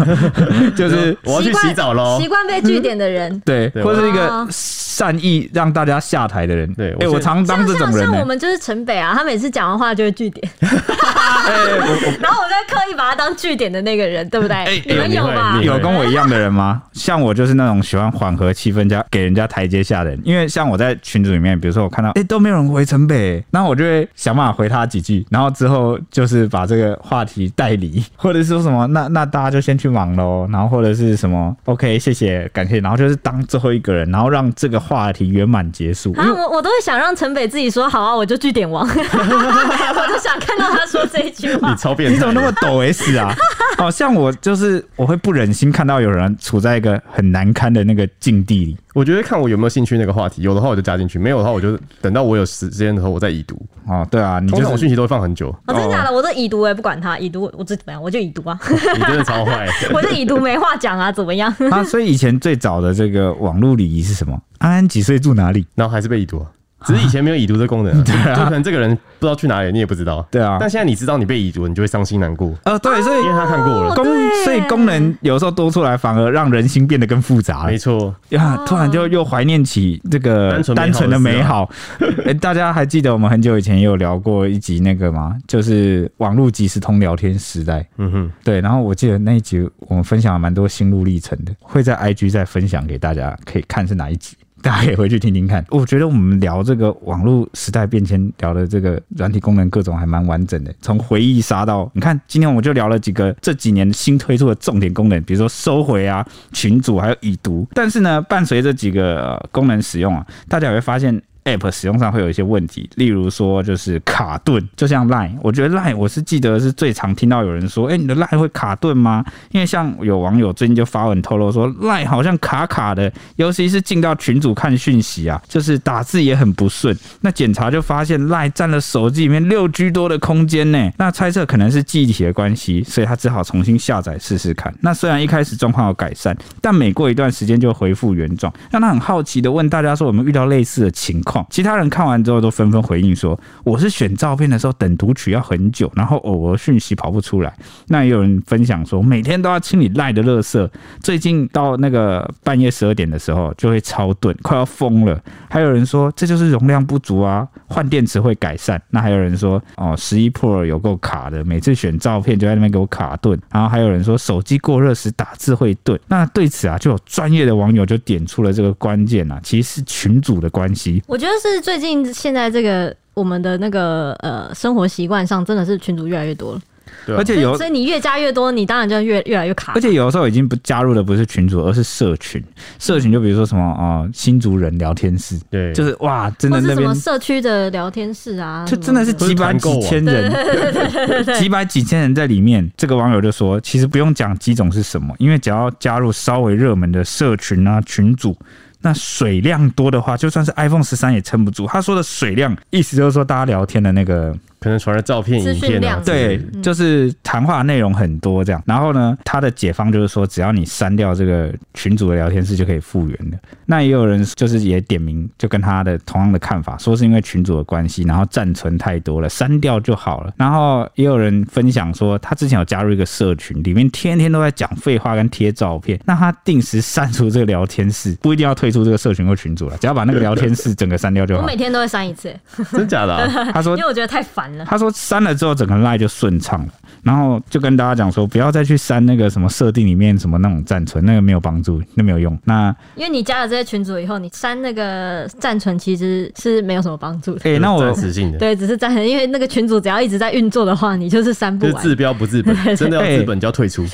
S2: 就是
S4: 我要去洗澡嗯喽
S1: 习。惯被据点的人。
S2: 对，
S4: 对
S2: 或是一
S1: 哦
S2: 个善意让大家下台的人。
S4: 对我
S2: 哎，我
S4: 现在
S2: 常当
S1: 像
S2: 这种
S1: 像
S2: 人
S1: 像我
S2: 呢。
S1: 们就是城北啊，他每次讲完话就会据点，
S4: 哎
S1: 然后我在刻意把他当据点的那个人，对不对？你们有吧
S4: 哎你？会
S2: 有跟我一样的人 吗？像我就是那种喜欢缓和气氛加给人家台阶下的人，因为像我在群组里面，比如说我看到哎、都没有人回城北，那我就会想办法回他几句，然后之后就是把这个话题带离， 或者是说什么那那大家就先去忙喽，然后或者是什么 OK 谢谢感谢，然后就是当最后一个人，然后让这个话题圆满结束。因
S1: 啊，
S2: 为
S1: 我我都会想让城北自己说好啊，我就据点 王，我就想看到他说这一句
S4: 你
S1: 话。
S4: 超变态，
S2: 你怎么那么抖 S 啊？好像我就是我会不忍心看到有人处在一个很难堪的那个境地里。
S4: 我觉得看我有没有兴趣那个话题，有的话我就加进去，没有的话我就等到我有时间的时候我再已读。
S2: 哦，对啊，你
S4: 通
S2: 就
S4: 常我
S2: 是
S4: 讯息都会放很久，
S1: 哦我、真的假的？我都已读我也不管他，已读我我这怎么样？我就已读啊，
S4: 你真的超坏。
S1: 我就已读没话讲啊，怎么样？
S2: 啊，所以以前最早的这个网络礼仪是什么？啊安安几岁住哪里？
S4: 然后还是被已读、啊。只是以前没有已读这功能、 啊，就可能这个人不知道去哪里，你也不知道。
S2: 对啊
S4: 但现在你知道你被已读，你就会伤心难过，
S2: 呃，对，所以
S4: 因为他看过了。
S2: 功
S1: 对
S2: 所以功能有时候多出来，反而让人心变得更复杂了
S4: 没。错，
S2: 呀，突然就又怀念起这个
S4: 单纯美好的
S2: 单纯的美好。 哎，大家还记得我们很久以前也有聊过一集那个吗？就是网络即时通聊天时代。
S4: 嗯哼，
S2: 对，然后我记得那一集我们分享了蛮多心路历程的，会在 IG 再分享给大家，可以看是哪一集，大家可以回去听听看。我觉得我们聊这个网络时代变迁，聊的这个软体功能各种还蛮完整的，从回忆杀到你看，今天我们就聊了几个这几年新推出的重点功能，比如说收回啊、群组还有已读。但是呢，伴随这几个、呃功能使用啊，大家也会发现 App 使用上会有一些问题，例如说就是卡顿，就像 Line，我觉得 Line 我是记得是最常听到有人说，哎、你的 Line 会卡顿吗？因为像有网友最近就发文透露说，Line 好像卡卡的，尤其是进到群组看讯息啊，就是打字也很不顺。那检查就发现 Line 占了手机里面六 G 多的空间呢，那猜测可能是记忆体的关系，所以他只好重新下载试试看。那虽然一开始状况有改善，但每过一段时间就恢复原状。让他很好奇的问大家说，有没有遇到类似的情况？其他人看完之后都纷纷回应说，我是选照片的时候等读取要很久，然后偶尔讯息跑不出来。那也有人分享说，每天都要清理赖的垃圾，最近到那个半夜十二点的时候就会超顿，快要疯了。还有人说这就是容量不足啊，换电池会改善。那还有人说哦，十一 Pro 有够卡的，每次选照片就在那边给我卡顿。然后还有人说手机过热时打字会顿。那对此啊，就有专业的网友就点出了这个关键啊，其实是群组的关系。
S1: 我觉得是最近现在这个我们的那个呃生活习惯上，真的是群主越来越多了。
S4: 对啊
S2: 而且有
S1: 所以啊你越加越多，你当然就越越来越卡。
S2: 而且有的时候已经不加入的不是群主，而是社群。社群就比如说什么啊、呃新族人聊天室，
S4: 对，
S2: 就是是哇，真
S1: 或
S2: 的
S1: 是
S2: 那
S1: 什么
S2: 边
S1: 社区的聊天室啊，
S2: 就真的是
S1: 什么
S2: 几百几千人， 几百几千人在里面。这个网友就说，其实不用讲几种是什么，因为只要加入稍微热门的社群啊群组。那水量多的话，就算是 iPhone 十三也撑不住。他说的水量，意思就是说大家聊天的那个
S4: 可能传了照片、
S1: 资
S4: 影
S1: 讯
S4: 片啊
S1: 量，
S2: 对，就是谈话内容很多这样。然后呢，他的解方就是说，只要你删掉这个群组的聊天室就可以复原的。那也有人就是也点名，就跟他的同样的看法，说是因为群组的关系，然后暂存太多了，删掉就好了。然后也有人分享说，他之前有加入一个社群，里面天天都在讲废话跟贴照片，那他定时删除这个聊天室，不一定要退出这个社群或群组了，只要把那个聊天室整个删掉就
S1: 我
S2: 好
S1: 每。天都会删一次，
S4: 真假的 啊？
S2: 他说
S1: 因为啊我觉得太烦 了。
S2: 他说删了之后整个 line 就顺畅了，然后就跟大家讲说，不要再去删那个什么设定里面什么那种暂存，那个没有帮助，那没有用。那
S1: 因为你加了这些群组以后，你删那个暂存其实是没有什么帮助的。
S2: 诶，哎那我
S4: 暂时性的，
S1: 哎对，只是暂存，因为那个群组只要一直在运作的话，你就是删不
S4: 就是
S1: 完。
S4: 治标 不治本，真的要治本就要退出。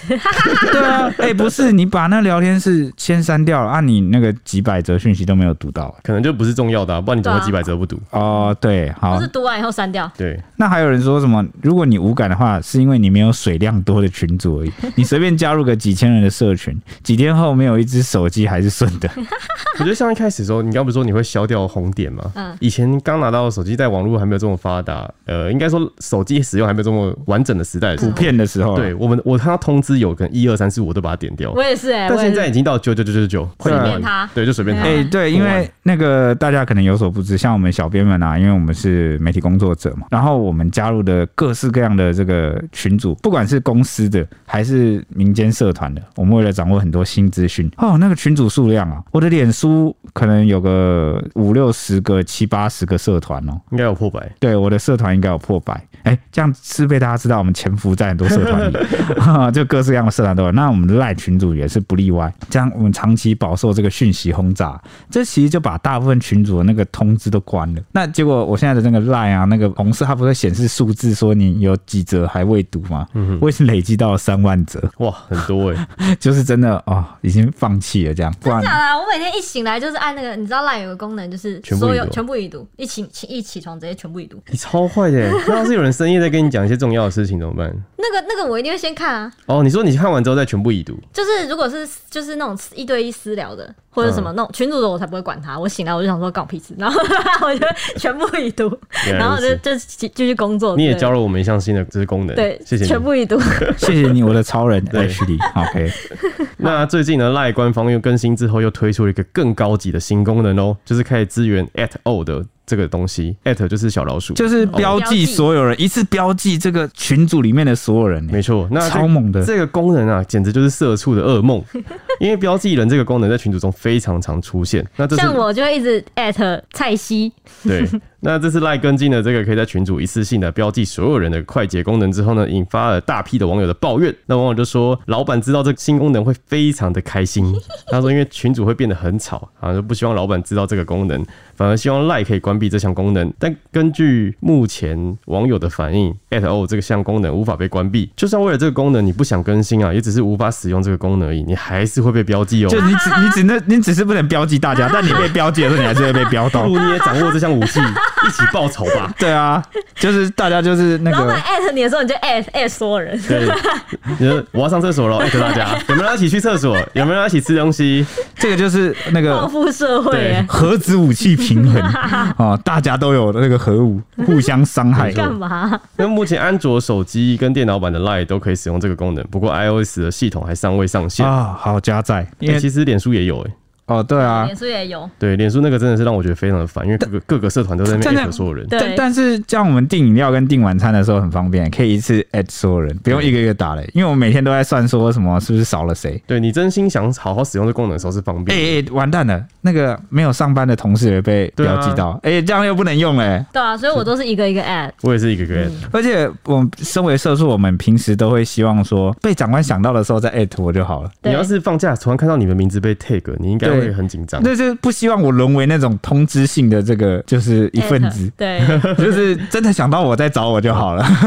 S2: 对啊，诶，不是你把那聊天室先删掉了啊，你那个几百则讯息都没有读到
S4: 可能就不是重要的、啊，不然你怎么会几百折不读？
S2: 哦。对，好
S1: 不是，读完以后删掉，
S4: 对，
S2: 那还有人说什么？如果你无感的话，是因为你没有水量多的群组而已，你随便加入个几千人的社群，几天后没有一只手机还是顺的。
S4: 我觉得像一开始的时候，你刚不是说你会消掉红点吗？
S1: 嗯
S4: 以前刚拿到手机，在网络还没有这么发达，呃，应该说手机使用还没有这么完整的时代的时
S1: 嗯
S2: 普
S4: 候，
S2: 遍的时候啊，
S4: 对我们，我看到通知有跟一二三四五，我都把它点掉
S1: 我。也是哎、我
S4: 但
S1: 也
S4: 现
S1: 是
S4: 在已经到九九九九九，快点
S2: 随
S1: 便啊它
S4: 对，就随便它。
S2: 哎、对，因为那个大家可能有所不知，像我们小编们啊，因为我们是媒体工作者嘛，然后我们加入的各式各样的这个群组，不管是公司的还是民间社团的，我们为了掌握很多新资讯，哦，那个群组数量啊，我的脸书可能有个五六十个、七八十个社团哦，
S4: 应该有破百，
S2: 对，我的社团应该有破百。哎、这样是被大家知道我们潜伏在很多社团里、 哈，就各式各样的社团都有。那我们的赖群主也是不例外。这样我们长期饱受这个讯息轰炸，这其实就把大部分群主的那个通知都关了。那结果我现在的那个赖啊，那个红色它不是显示数字说你有几折还未读吗？我已经累积到了三万折，
S4: 哇，很多哎、
S2: 就是真的哦，已经放弃了这样。不然
S1: 真的啦，我每天一醒来就是按那个，你知道 LINE 有个功能就是
S4: 全部已
S1: 所有
S4: 读
S1: 全部已读，一起起一起床直接全部已读。
S4: 你超坏的、欸！ 那要是有人深夜在跟你讲一些重要的事情怎么办？
S1: 那个那个我一定会先看啊，
S4: 哦，你说你看完之后再全部已读，
S1: 就是如果是就是那种一对一私聊的，或者什
S4: 嗯
S1: 么那种群主的，我才不会管他。我醒来我就想说干我屁事，然后 我就全部已读，
S4: 原
S1: 然
S4: 来
S1: 后
S4: 如
S1: 就
S4: 此。
S1: 就继继续工作。
S4: 你也
S1: 对
S4: 教了我们一项新的这功能，
S1: 对，
S4: 谢谢你。
S1: 全部已读。
S2: 谢谢你，我的超人
S4: 对
S2: H D。OK，
S4: 那最近呢，赖官方又更新之后，又推出了一个更高级的新功能哦，就是可以支援 at all 的这个东西，at 就是小老鼠，
S2: 就是标
S1: 标记
S2: 记所有人，一次标记这个群组里面的所有人、欸
S4: 没错。那这
S2: 超猛的
S4: 这个功能啊，简直就是社畜的噩梦，因为标记人这个功能在群组中非常常出现。那这是
S1: 像我就会一直 at 蔡西，
S4: 对，那这次赖根金的这个可以在群组一次性的标记所有人的快捷功能之后呢，引发了大批的网友的抱怨。那网友就说，老板知道这个新功能会非常的开 心。他说，因为群组会变得很吵，啊，就不希望老板知道这个功能，反而希望赖可以关闭这项功能。但根据目前网友的反应，at all 这个项功能无法被关闭，就算为了这个功能你不想更新啊，也只是无法使用这个功能而已，你还是会被标记哦。
S2: 就 你只你只 能你只是不能标记大家，但你被标记的时候，你还是会被标
S4: 不
S2: 到。
S4: 如你也掌握这项武器，一起报仇吧。
S2: 对啊，就是大家就是那
S1: 老
S2: 个
S1: 板 at 你的时候你就 at at 所有人。
S4: 对，你说我要上厕所了，艾特大家，有没有人要一起去厕所？有没有人要一起吃东西？
S2: 这个就是那
S1: 报
S2: 个
S1: 复社会
S4: 对
S1: 耶，
S2: 核子武器平衡哦，大家都有那个核武，互相伤害。
S1: 干嘛？
S4: 那目前安卓手机跟电脑版的 Line 都可以使用这个功能，不过 iOS 的系统还尚未上线。
S2: 啊，好加载，因
S4: 因为
S2: 为
S4: 其实脸书也有诶、哎
S2: 哦对啊
S1: 脸，书也有，
S4: 对，脸书那个真的是让我觉得非常的烦，因为各个各个社团都在那
S2: 真
S4: 边
S2: 的
S4: at 所有人。
S1: 对
S2: 但但是这样我们订饮料跟订晚餐的时候很方便，可以一次 at 所有人，不用一个一个打嘞，因为我每天都在算说什么是不是少了谁。
S4: 对你真心想好好使用这功能的时候是方
S2: 哎、
S4: 便的，
S2: 哎完蛋了！那个没有上班的同事也被
S4: 对啊
S2: 标记到，哎、这样又不能用嘞、
S1: 对啊，所以我都是一个一个 at。
S4: 我也是一个个 at，
S2: 而且我们身为社畜，我们平时都会希望说，被长官想到的时候再艾特我就好了。
S1: 对，
S4: 你要是放假突然看到你的名字被 tag，你应该会很紧张。
S2: 那就是不希望我沦为那种通知性的这个，就是一份子
S1: 对，
S2: 就是真的想到我再找我就好了，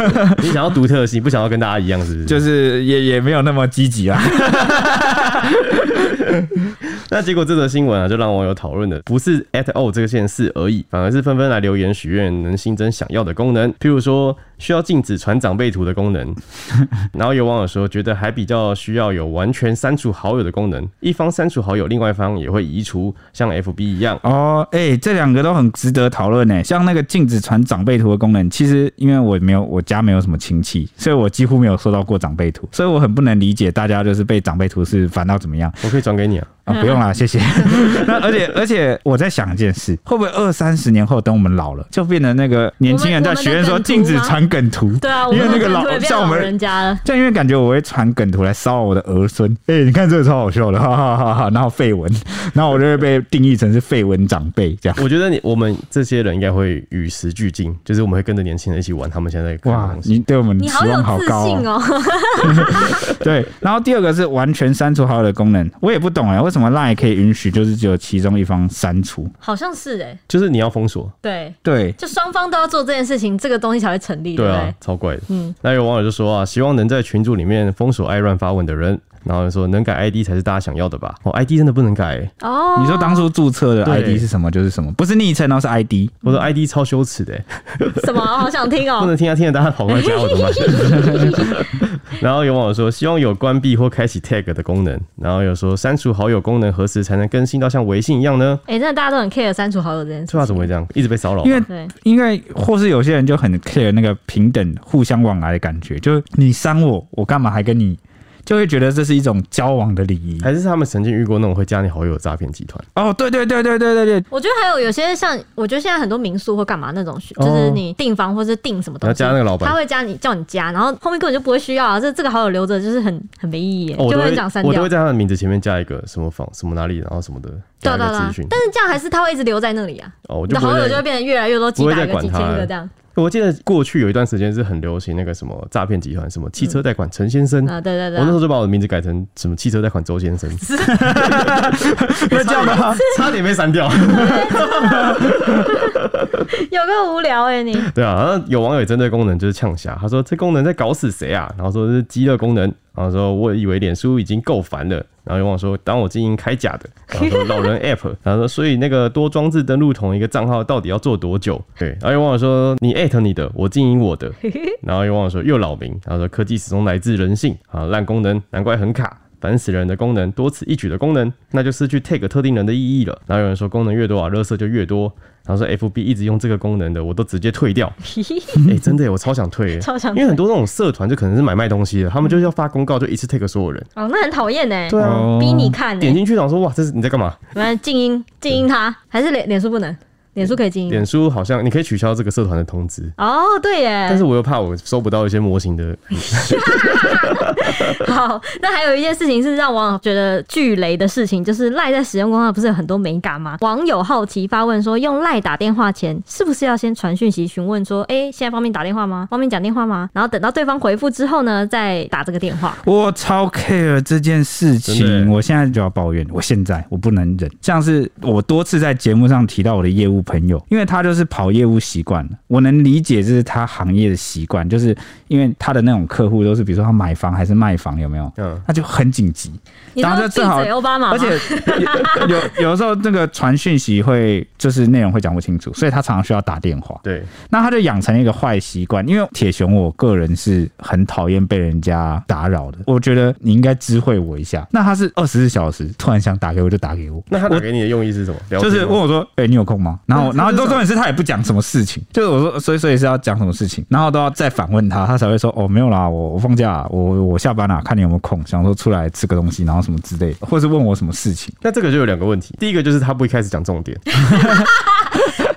S4: 你想要独特性，不想要跟大家一样，是不是？
S2: 就是也也没有那么积极啊啦。
S4: 那结果这则新闻啊，就让网友讨论的不是 at all 这件事而已，反而是纷纷来留言许愿能新增想要的功能，譬如说需要禁止传长辈图的功 能。然后有网友说，觉得还比较需要有完全删除好友的功能，一方删除好友，另外一方也会移除，像 FB 一样。
S2: 哦，哎、这两个都很值得讨论呢。像那个禁止传长辈图的功能，其实因为我没有我家没有什么亲戚，所以我几乎没有收到过长辈图，所以我很不能理解大家就是被长辈图是烦到怎么样
S4: 我可以转给你啊，
S2: 啊、不用啦，谢谢。 那而且而且我在想一件事，会不会二三十年后等我们老了，就变成那个年轻人在许愿说禁止传梗图？
S1: 对啊，我
S2: 因为
S1: 们
S2: 那个
S1: 可能
S2: 老
S1: 会变
S2: 像我
S1: 老
S2: 们嗯
S1: 人家了，
S2: 这样因为感觉我会传梗图来骚扰我的儿孙，哎、你看这个超好笑的，哈哈哈哈。然后绯闻，然后我就会被定义成是绯闻长辈这样。
S4: 我觉得你我们这些人应该会与时俱进，就是我们会跟着年轻人一起玩他们现在在看的
S2: 哇
S4: 东，西。
S2: 你对我们
S1: 你好
S2: 期
S1: 有
S2: 望好
S1: 自
S2: 高、
S1: 信哦，
S2: 对，然后第二个是完全删除好友的功能，我也不懂哎、为什么 LINE 可以允许就是只有其中一方删除？
S1: 好像是哎，
S4: 就是你要封锁，
S1: 对，
S2: 对，
S1: 就双方都要做这件事情，这个东西才会成立，对
S4: 对
S1: 不
S4: 啊
S1: 对？，
S4: 超怪的。
S1: 嗯，
S4: 那有网友就说啊，希望能在群组里面封锁爱乱发文的人，然后说能改
S1: 嗯
S4: ID 才是大家想要的吧？哦，ID 真的不能改、欸，
S1: 哦，
S2: 你说当初注册的
S4: 对
S2: ID 是什么就是什么，不是昵称哦，是 ID。
S4: 我的
S1: 嗯
S4: ID 超羞耻的、欸，
S1: 什么？好想 听
S4: 不
S1: 哦，
S4: 能听啊听啊，大家跑过来加我怎么办？ 然后有网友说，希望有关闭或开启 tag 的功能，然后有说删除好友功能何时才能更新到像微信一样呢？
S1: 哎，真的大家都很 care 删除好友这件事
S4: 这话怎
S1: 情，
S4: 么会这样？一直被骚扰吗，
S2: 因为
S1: 对，
S2: 因为或是有些人就很 care 那个平等、互相往来的感觉，就是你删我，我干嘛还跟你，就会觉得这是一种交往的礼仪。
S4: 还是他们曾经遇过那种会加你好友的诈骗集团？
S2: 哎哦，对对对对对对 对，
S1: 我觉得还有有些像，我觉得现在很多民宿或干嘛那种，
S4: 哦
S1: 就是你订房或是订什么东西，
S4: 然后加那个老板
S1: 他会加你叫你加，然后后面根本就不会需要啊，这这个好友留着就是很很没意义耶，
S4: 哦我
S1: 就
S4: 都
S1: 会
S4: 会
S1: 很想删
S4: 我都
S1: 掉
S4: 会。在他的名字前面加一个什么房什么哪里，然后什么的，
S1: 对
S4: 加
S1: 啊对
S4: 一个
S1: 啊对啊
S4: 资讯。
S1: 但是这样还是他会一直留在那里啊，
S4: 哦，我
S1: 你
S4: 就
S1: 的
S4: 不
S1: 好
S4: 会
S1: 友就
S4: 再
S1: 会变得越来越多，几百
S4: 不
S1: 个、
S4: 会再
S1: 几
S4: 管他
S1: 千个这样
S4: 我记得过去有一段时间是很流行那个什么诈骗集团，什么汽车贷款陈先生。
S1: 嗯啊，对对
S4: 我
S1: 对
S4: 那时
S1: 啊。
S4: 候就把我的名字改成什么汽车贷款周先生，
S2: 那这样的话，
S4: 差点被删掉。
S1: 有个无聊哎、你，
S4: 对啊，然后有网友也针对功能就是呛下，他说这功能在搞死谁啊？然后说这是饥饿功能，然后说我以为脸书已经够烦了，然后有网友说当我经营开假的，然后说老人 app，然后说所以那个多装置登录同一个账号到底要做多久？对，然后有网友说你艾特你的，我经营我的，然后有网友说又扰民，然后说科技始终来自人性啊，烂功能难怪很卡。烦死人的功能，多此一举的功能，那就失去 tag 特定人的意义了。然后有人说功能越多啊，垃圾就越多。然后说 FB 一直用这个功能的，我都直接退掉。哎、真的耶，我超想退耶，
S1: 超想退
S4: 因为很多那种社团就可能是买卖东西的，他们就是要发公告，就一次 take 所有人。
S1: 哦，那很讨厌哎，
S4: 对啊，
S2: 哦
S1: 逼你看哎、
S4: 点进去想说哇，这是你在干嘛？
S1: 我们静音静音他，还是脸脸书不能，脸书可以静音
S4: 脸书好像你可以取消这个社团的通知，
S1: 哦，对耶，
S4: 但是我又怕我收不到一些模型的，
S1: 好，那还有一件事情是让网友觉得巨雷的事情，就是赖在使用功上不是有很多美感吗？网友好奇发问说，用赖打电话前是不是要先传讯息询问说，哎、现在方便打电话吗？方便讲电话吗？然后等到对方回复之后呢，再打这个电话。
S2: 我超 care 这件事
S4: 真
S2: 情，
S4: 的
S2: 我现在就要抱怨，我现在我不能忍。像是我多次在节目上提到我的业务朋友，因为他就是跑业务习惯了，我能理解这是他行业的习惯，就是因为他的那种客户都是，比如说他买房还是卖房，有没有？
S4: 嗯，
S2: 他就很紧急，
S1: 你
S2: 然后
S1: 说
S2: 就
S1: 闭
S2: 正好
S1: 嘴，奥巴马吗，
S2: 而且有有有时候那个传讯息会就是内容会讲不清楚，所以他常常需要打电话。
S4: 对，
S2: 那他就养成一个坏习惯，因为铁熊，我个人是很讨厌被人家打扰的。我觉得你应该知会我一下。那他是二十四小时，突然想打给我就打给我，
S4: 那他打给你的用意是什么？了解
S2: 就是问
S4: 吗
S2: 我说：“哎、你有空吗？”然后，
S4: 嗯
S2: 然后
S4: 这
S2: 重
S4: 是
S2: 重点是他也不讲什么事情，就是我说，所以所以是要讲什么事情，然后都要再反问他，他才会说：“哦，没有啦，我我放假啊、我我下班啦、看你有没有空，想说出来吃个东西，然后什么之类的，或是问我什么事情。”
S4: 那这个就有两个问题，第一个就是他不一开始讲重点，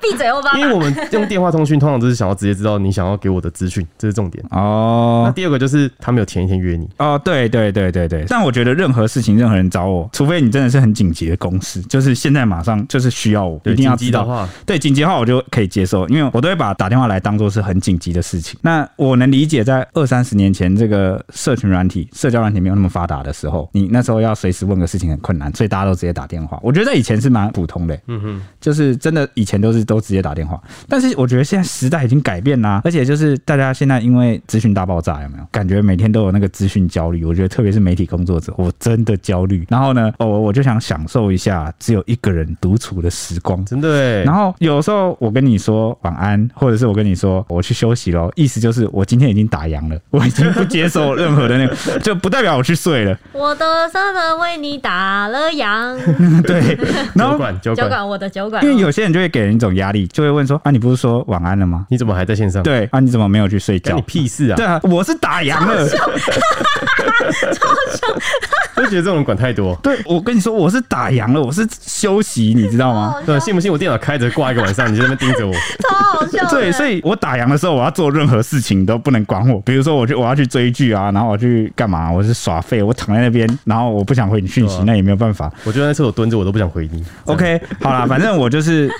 S1: 闭嘴，欧巴
S4: 因为我们用电话通讯，通常都是想要直接知道你想要给我的资讯，这是重点。那
S2: 哦
S4: 第二个就是他没有前一天约你，
S2: 哦，对对对对对，但我觉得任何事情任何人找我，除非你真的是很紧急的公事，就是现在马上就是需要我，
S4: 对
S2: 一定要
S4: 紧
S2: 知
S4: 急的
S2: 道
S4: 话，
S2: 对紧急的话我就可以接受，因为我都会把打电话来当做是很紧急的事情。那我能理解，在二三十年前，这个社群软体、社交软体没有那么发达的时候，你那时候要随时问个事情很困难，所以大家都直接打电话。我觉得在以前是蛮普通的、嗯哼，就是真的以前都是都直接打电话，但是我觉得现在时代已经改变啦、而且就是大家现在因为资讯大爆炸，有没有感觉每天都有那个资讯焦虑？我觉得特别是媒体工作者，我真的焦虑。然后呢，哦，我就想享受一下只有一个人独处的时光，
S4: 真的
S2: 然
S4: 哎，
S2: 后有时候我跟你说晚安，或者是我跟你说我去休息喽，意思就是我今天已经打烊了， 我已经不接受任何的那 个，就不代表我去睡了。
S1: 我的商人为你打了烊，
S2: 对，然
S4: 酒
S2: 后
S4: 馆酒
S1: 酒
S4: 馆，
S1: 馆我的酒馆，
S2: 因为有些人就会给人一种压力，就会问说啊，你不是说晚安了吗？
S4: 你怎么还在线上？，
S2: 对啊，你怎么没有去睡
S4: 干
S2: 觉
S4: 嗯你？屁事啊！
S2: 对啊，我是打烊了。
S4: 我就觉得这种人管太多。
S2: 对，我跟你说，我是打烊了，我是休息，你知道吗？
S4: 对，啊信不信我电脑开着挂一个晚上，你就在那边盯着我？
S1: 超好笑的。
S2: 对，所以我打烊的时候，我要做任何事情都不能管我。比如说，我去我要去追剧啊，然后我去干嘛？我是耍废，我躺在那边，然后我不想回你讯息，
S4: 对啊
S2: 那也没有办法。
S4: 我就在厕所蹲着，我都不想回你。
S2: OK，好啦，反正我 就是，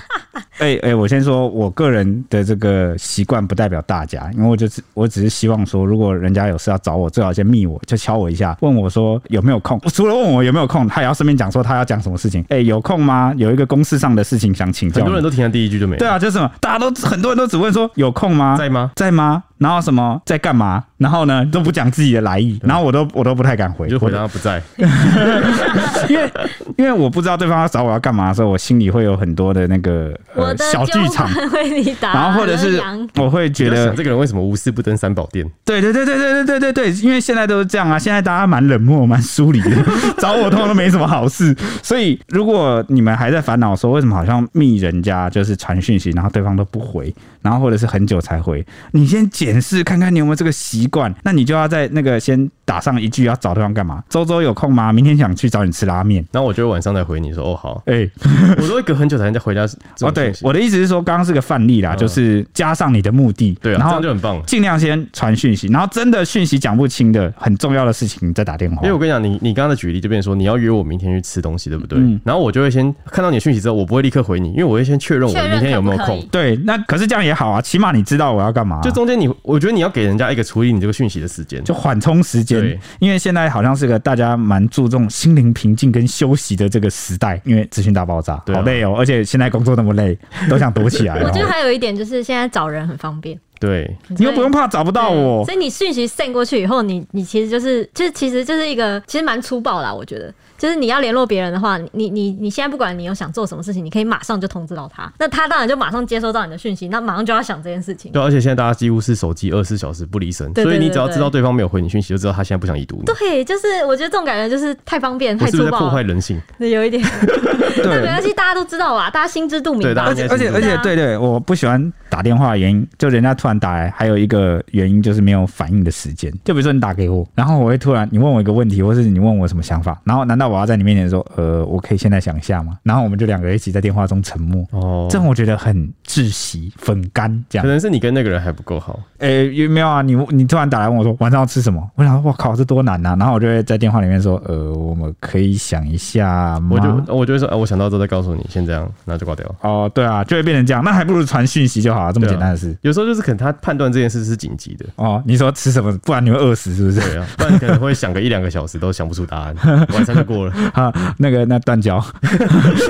S2: 哎、哎、我先说，我个人的这个习惯不代表大家，因为我就是我只是希望说，如果人家有事要找我，最好先密我，就敲我一下，问我说有没有空。除了问我有没有空，他也要顺便讲说他要讲什么事情。哎、有空吗？有一个公事上的事情想请教
S4: 很
S2: 你。
S4: 多人都停在第一句就没了。
S2: 对啊啊，就是什么，大家都很多人都只问说有空吗？
S4: 在吗？
S2: 在吗？然后什么在干嘛？然后呢都不讲自己的来意，然后我都我都不太敢回，
S4: 你就回答他不在，
S2: 我 因为因为我不知道对方要找我要干嘛的时候，我心里会有很多的那个、
S1: 我
S2: 呃、
S1: 的
S2: 小剧场，
S1: 酒馆为你打了烊，
S2: 然后或者是我会觉
S4: 你就
S2: 得
S4: 想，这个人为什么无事不登三宝殿？
S2: 对对对对对对对对对，因为现在都是这样啊，现在大家蛮冷漠、蛮疏离的， 找我通常都没什么好事。所以如果你们还在烦恼说为什么好像密人家就是传讯息，然后对方都不回，然后或者是很久才回，你先检视看看你有没有这个习惯，那你就要在那个先打上一句要找对方干嘛？周周有空吗？明天想去找你吃拉面。
S4: 然后我就会晚上再回你说哦好，
S2: 哎、
S4: 我都会隔很久才能再回家。
S2: 哦，对，我的意思是说，刚刚是个范例啦，
S4: 嗯
S2: 就是加上你的目的，
S4: 对啊，
S2: 然
S4: 这
S2: 后
S4: 样就很棒。
S2: 尽量先传讯息，然后真的讯息讲不清的很重要的事情，你再打电话。
S4: 因为我跟你讲，你你刚刚的举例就变成说你要约我明天去吃东西，对不对？
S2: 嗯
S4: 然后我就会先看到你的讯息之后，我不会立刻回你，因为我会先确认我
S1: 确认
S4: 明天有没有
S1: 可不可
S4: 空
S1: 以。
S2: 对，那可是这样也好啊，起码你知道我要干嘛、
S4: 就
S2: 就
S4: 中间你，我觉得你要给人家一个处理你这个讯息的时间。
S2: 就缓冲时间
S4: 对。
S2: 因为现在好像是个大家蛮注重心灵平静跟休息的这个时代，因为资讯大爆炸，
S4: 对啊
S2: 好累哦，而且现在工作那么累，都想躲起来
S1: 我
S2: 了
S1: 觉得
S2: 哦。
S1: 还有一点就是现在找人很方便，
S4: 对，
S2: 你又不用怕找不到我
S1: 嗯所，以你讯息 send 过去以后，你你其实就是就是其实就是一个其实蛮粗暴啦，我觉得。就是你要联络别人的话，你你你你现在不管你有想做什么事情，你可以马上就通知到他，那他当然就马上接收到你的讯息，那马上就要想这件事情。
S4: 对，啊而且现在大家几乎是手机二十四小时不离身，
S1: 对
S4: 所以
S1: 对
S4: 你
S1: 对
S4: 只要
S1: 对
S4: 知道对方没有回你讯息，就知道他现在不想已读你。
S1: 对，就是我觉得这种感觉就是太方便、
S4: 我
S1: 太
S4: 是不
S1: 粗
S4: 是在破
S1: 暴
S4: 坏
S1: 了，
S4: 人性？
S1: 对有一 点。 但没关系，大家都知道啊，大家心知肚明
S4: 对大
S1: 吧
S2: 而
S4: 家
S2: 且
S4: 应。该
S2: 而且
S4: 是
S2: 而
S1: 这
S2: 且
S1: 样，
S2: 对对，我不喜欢打电话的原因，就人家突然打来，还有一个原因就是没有反应的时间。就比如说你打给我，然后我会突然你问我一个问题，或是你问我什么想法，然后难道我要在你面前说，呃，我可以现在想一下吗？然后我们就两个一起在电话中沉默，
S4: 哦，
S2: 这样我觉得很窒息、粉干这样。
S4: 可能是你跟那个人还不够好。
S2: 诶、有没有啊？你你突然打来问我说晚上要吃什么？我想说，我靠，这多难啊！然后我就会在电话里面说，呃，我们可以想一下吗？
S4: 我就我就会说，哎、我想到之后再告诉你，先这样，然后就挂掉。
S2: 哦，对啊，就会变成这样，那还不如传讯息就好了，这么
S4: 对啊
S2: 简单的事。
S4: 有时候就是可能他判断这件事是紧急的，
S2: 哦，你说吃什么？不然你会饿死，是不是？
S4: 对啊，不然可能会想个一两个小时都想不出答 案，晚上就过了。
S2: 啊，那个那断 交，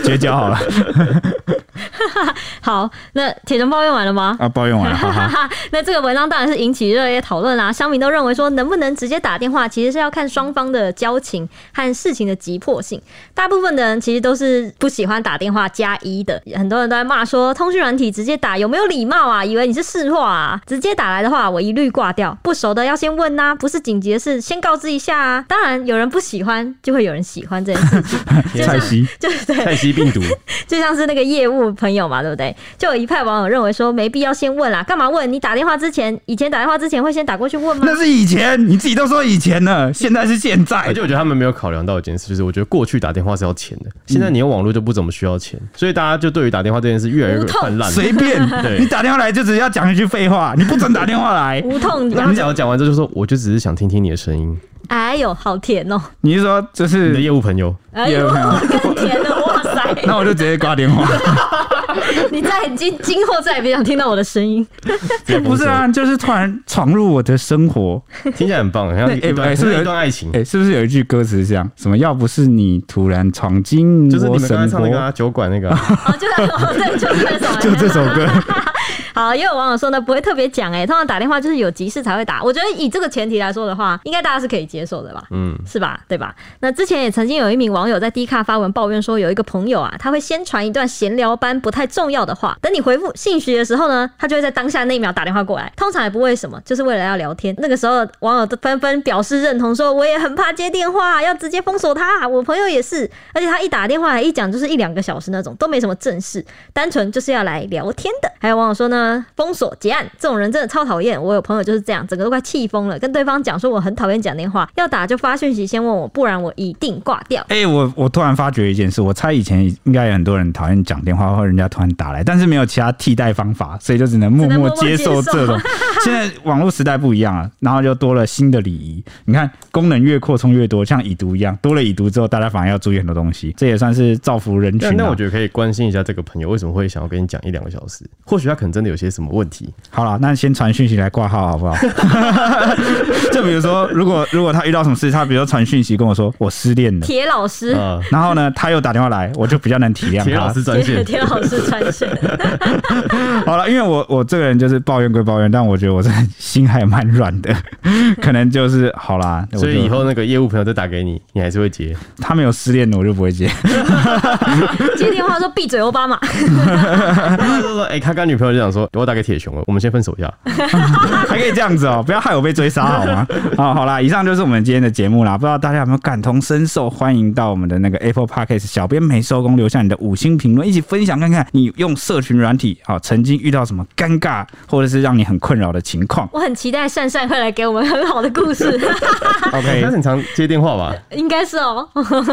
S2: 绝交好了
S1: 好，那铁熊抱怨完了吗？
S2: 啊，抱怨 完了，哈哈。
S1: 那这个文章当然是引起热烈讨论啦，乡民都认为说，能不能直接打电话，其实是要看双方的交情和事情的急迫性。大部分的人其实都是不喜欢打电话加一的，很多人都在骂说，通讯软体直接打有没有礼貌啊？以为你是市话啊？直接打来的话，我一律挂掉。不熟的要先问呐、不是紧急的事先告知一下啊。当然，有人不喜欢，就会有人喜欢这件事情，就
S2: 蔡
S1: 像
S2: 西，
S1: 就是对，
S4: 蔡西病毒，
S1: 就像是那个业务朋友友嘛，对不对？就有一派网友认为说没必要先问啦，干嘛问？你打电话之前，以前打电话之前会先打过去问吗
S2: 那？是以前，你自己都说以前了，现在是现在
S4: 而。且我觉得他们没有考量到一件事，就是我觉得过去打电话是要钱
S2: 嗯
S4: 的，现在你用网络就不怎么需要钱，所以大家就对于打电话这件事越来越
S1: 无痛
S4: 泛滥。
S2: 随便
S4: 对
S2: 你打电话来就只要讲一句废话，你不准打电话来。
S1: 无痛，
S4: 那你讲讲完之后就说，我就只是想听听你的声音，
S1: 哎呦，好甜哦、
S2: 你是说就
S4: 你的
S2: 是？
S4: 业务朋友，
S1: 哎
S2: 有
S1: 呦，
S2: 没有
S1: 更甜 了，哇塞！
S2: 那我就直接挂电话。
S1: 你再今今后再也别想听到我的声 音，
S4: 这
S2: 不是啊，，就是突然闯入我的生活。
S4: 听起来很棒，很像
S2: 那
S4: 一段、
S2: 啊哎哎是不是有
S4: 一段爱情，
S2: 哎、是不是有一句歌词是这样？什么？要不是你突然闯进
S4: 就是你
S2: 我
S4: 们刚才
S2: 生
S4: 唱
S2: 活
S4: 那，个、啊、酒馆那个 啊、
S1: 好，就在哦，对，就这首，
S2: 就这首歌。
S1: 好，也有网友说呢，不会特别讲哎、通常打电话就是有急事才会打。我觉得以这个前提来说的话，应该大家是可以接受的吧？
S4: 嗯，
S1: 是吧？对吧？那之前也曾经有一名网友在 D 卡发文抱怨说，有一个朋友啊，他会先传一段闲聊般不太重要的话，等你回复信息的时候呢，他就会在当下那一秒打电话过来，通常也不为什么，就是为了要聊天。那个时候，网友都纷纷表示认同，说我也很怕接电话，要直接封锁他。我朋友也是，而且他一打电话来一讲就是一两个小时那种，都没什么正事，单纯就是要来聊天的。还有网友说呢，封锁结案这种人真的超讨厌。我有朋友就是这样，整个都快气疯了，跟对方讲说我很讨厌讲电话，要打就发讯息先问我，不然我一定挂掉。
S2: 哎、我我突然发觉一件事，我猜以前应该有很多人讨厌讲电话或人家突然打来，但是没有其他替代方法，所以就只能默默接受这
S1: 只能 默
S2: 种。现在网络时代不一样了，然后就多了新的礼仪。你看，功能越扩充越多，像已读一样，多了已读之后，大家反而要注意很多东西，这也算是造福人群、
S4: 那
S2: 啊。
S4: 那我觉得可以关心一下这个朋友为什么会想要跟你讲一两个小时，或许他可能真的有些什么问题，
S2: 好了，那先传讯息来挂号好不 好？就比如说，如果如果他遇到什么事，他比如说传讯息跟我说我失恋了，
S1: 铁老师，
S4: 啊、
S2: 然后呢他又打电话来，我就比较能 体谅嗯
S4: 铁
S2: 他
S4: 老。师专
S1: 铁
S4: 线，
S1: 铁老师穿线。
S2: 好了，因为我我这个人就是抱怨归抱怨，但我觉得我这心还蛮软的， 可能就是好啦。
S4: 所
S2: 我
S4: 以
S2: 就
S4: 以后那个业务朋友再打给你，你还是会接。
S2: 他没有失恋了，我就不会接。
S1: 接电话说闭嘴，奥巴马。。
S4: 他就说：“哎、他跟女朋友就讲说，我打给铁熊了，我们先分手一下。
S2: 还可以这样子哦、不要害我被追杀好吗？好，好啦，以上就是我们今天的节目啦。不知道大家有没有感同身受？欢迎到我们的那个 Apple Podcast 小编没收工留下你的五星评论，一起分享看看你用社群软体好、曾经遇到什么尴尬或者是让你很困扰的情况
S1: 我很期待善善会来给我们很好的故事，
S4: 他
S2: OK，
S4: 很常接电话吧？
S1: 应该是哦。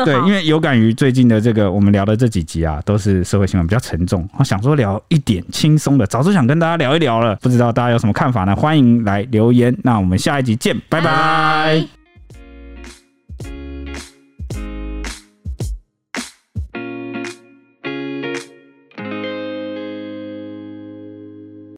S2: 对，因为有感于最近的这个我们聊的这几集啊，都是社会新闻比较沉重，我想说聊一点轻松的，早就想跟大家聊一聊了。不知道大家有什么看法呢？欢迎来留言。那我们下一集见，拜拜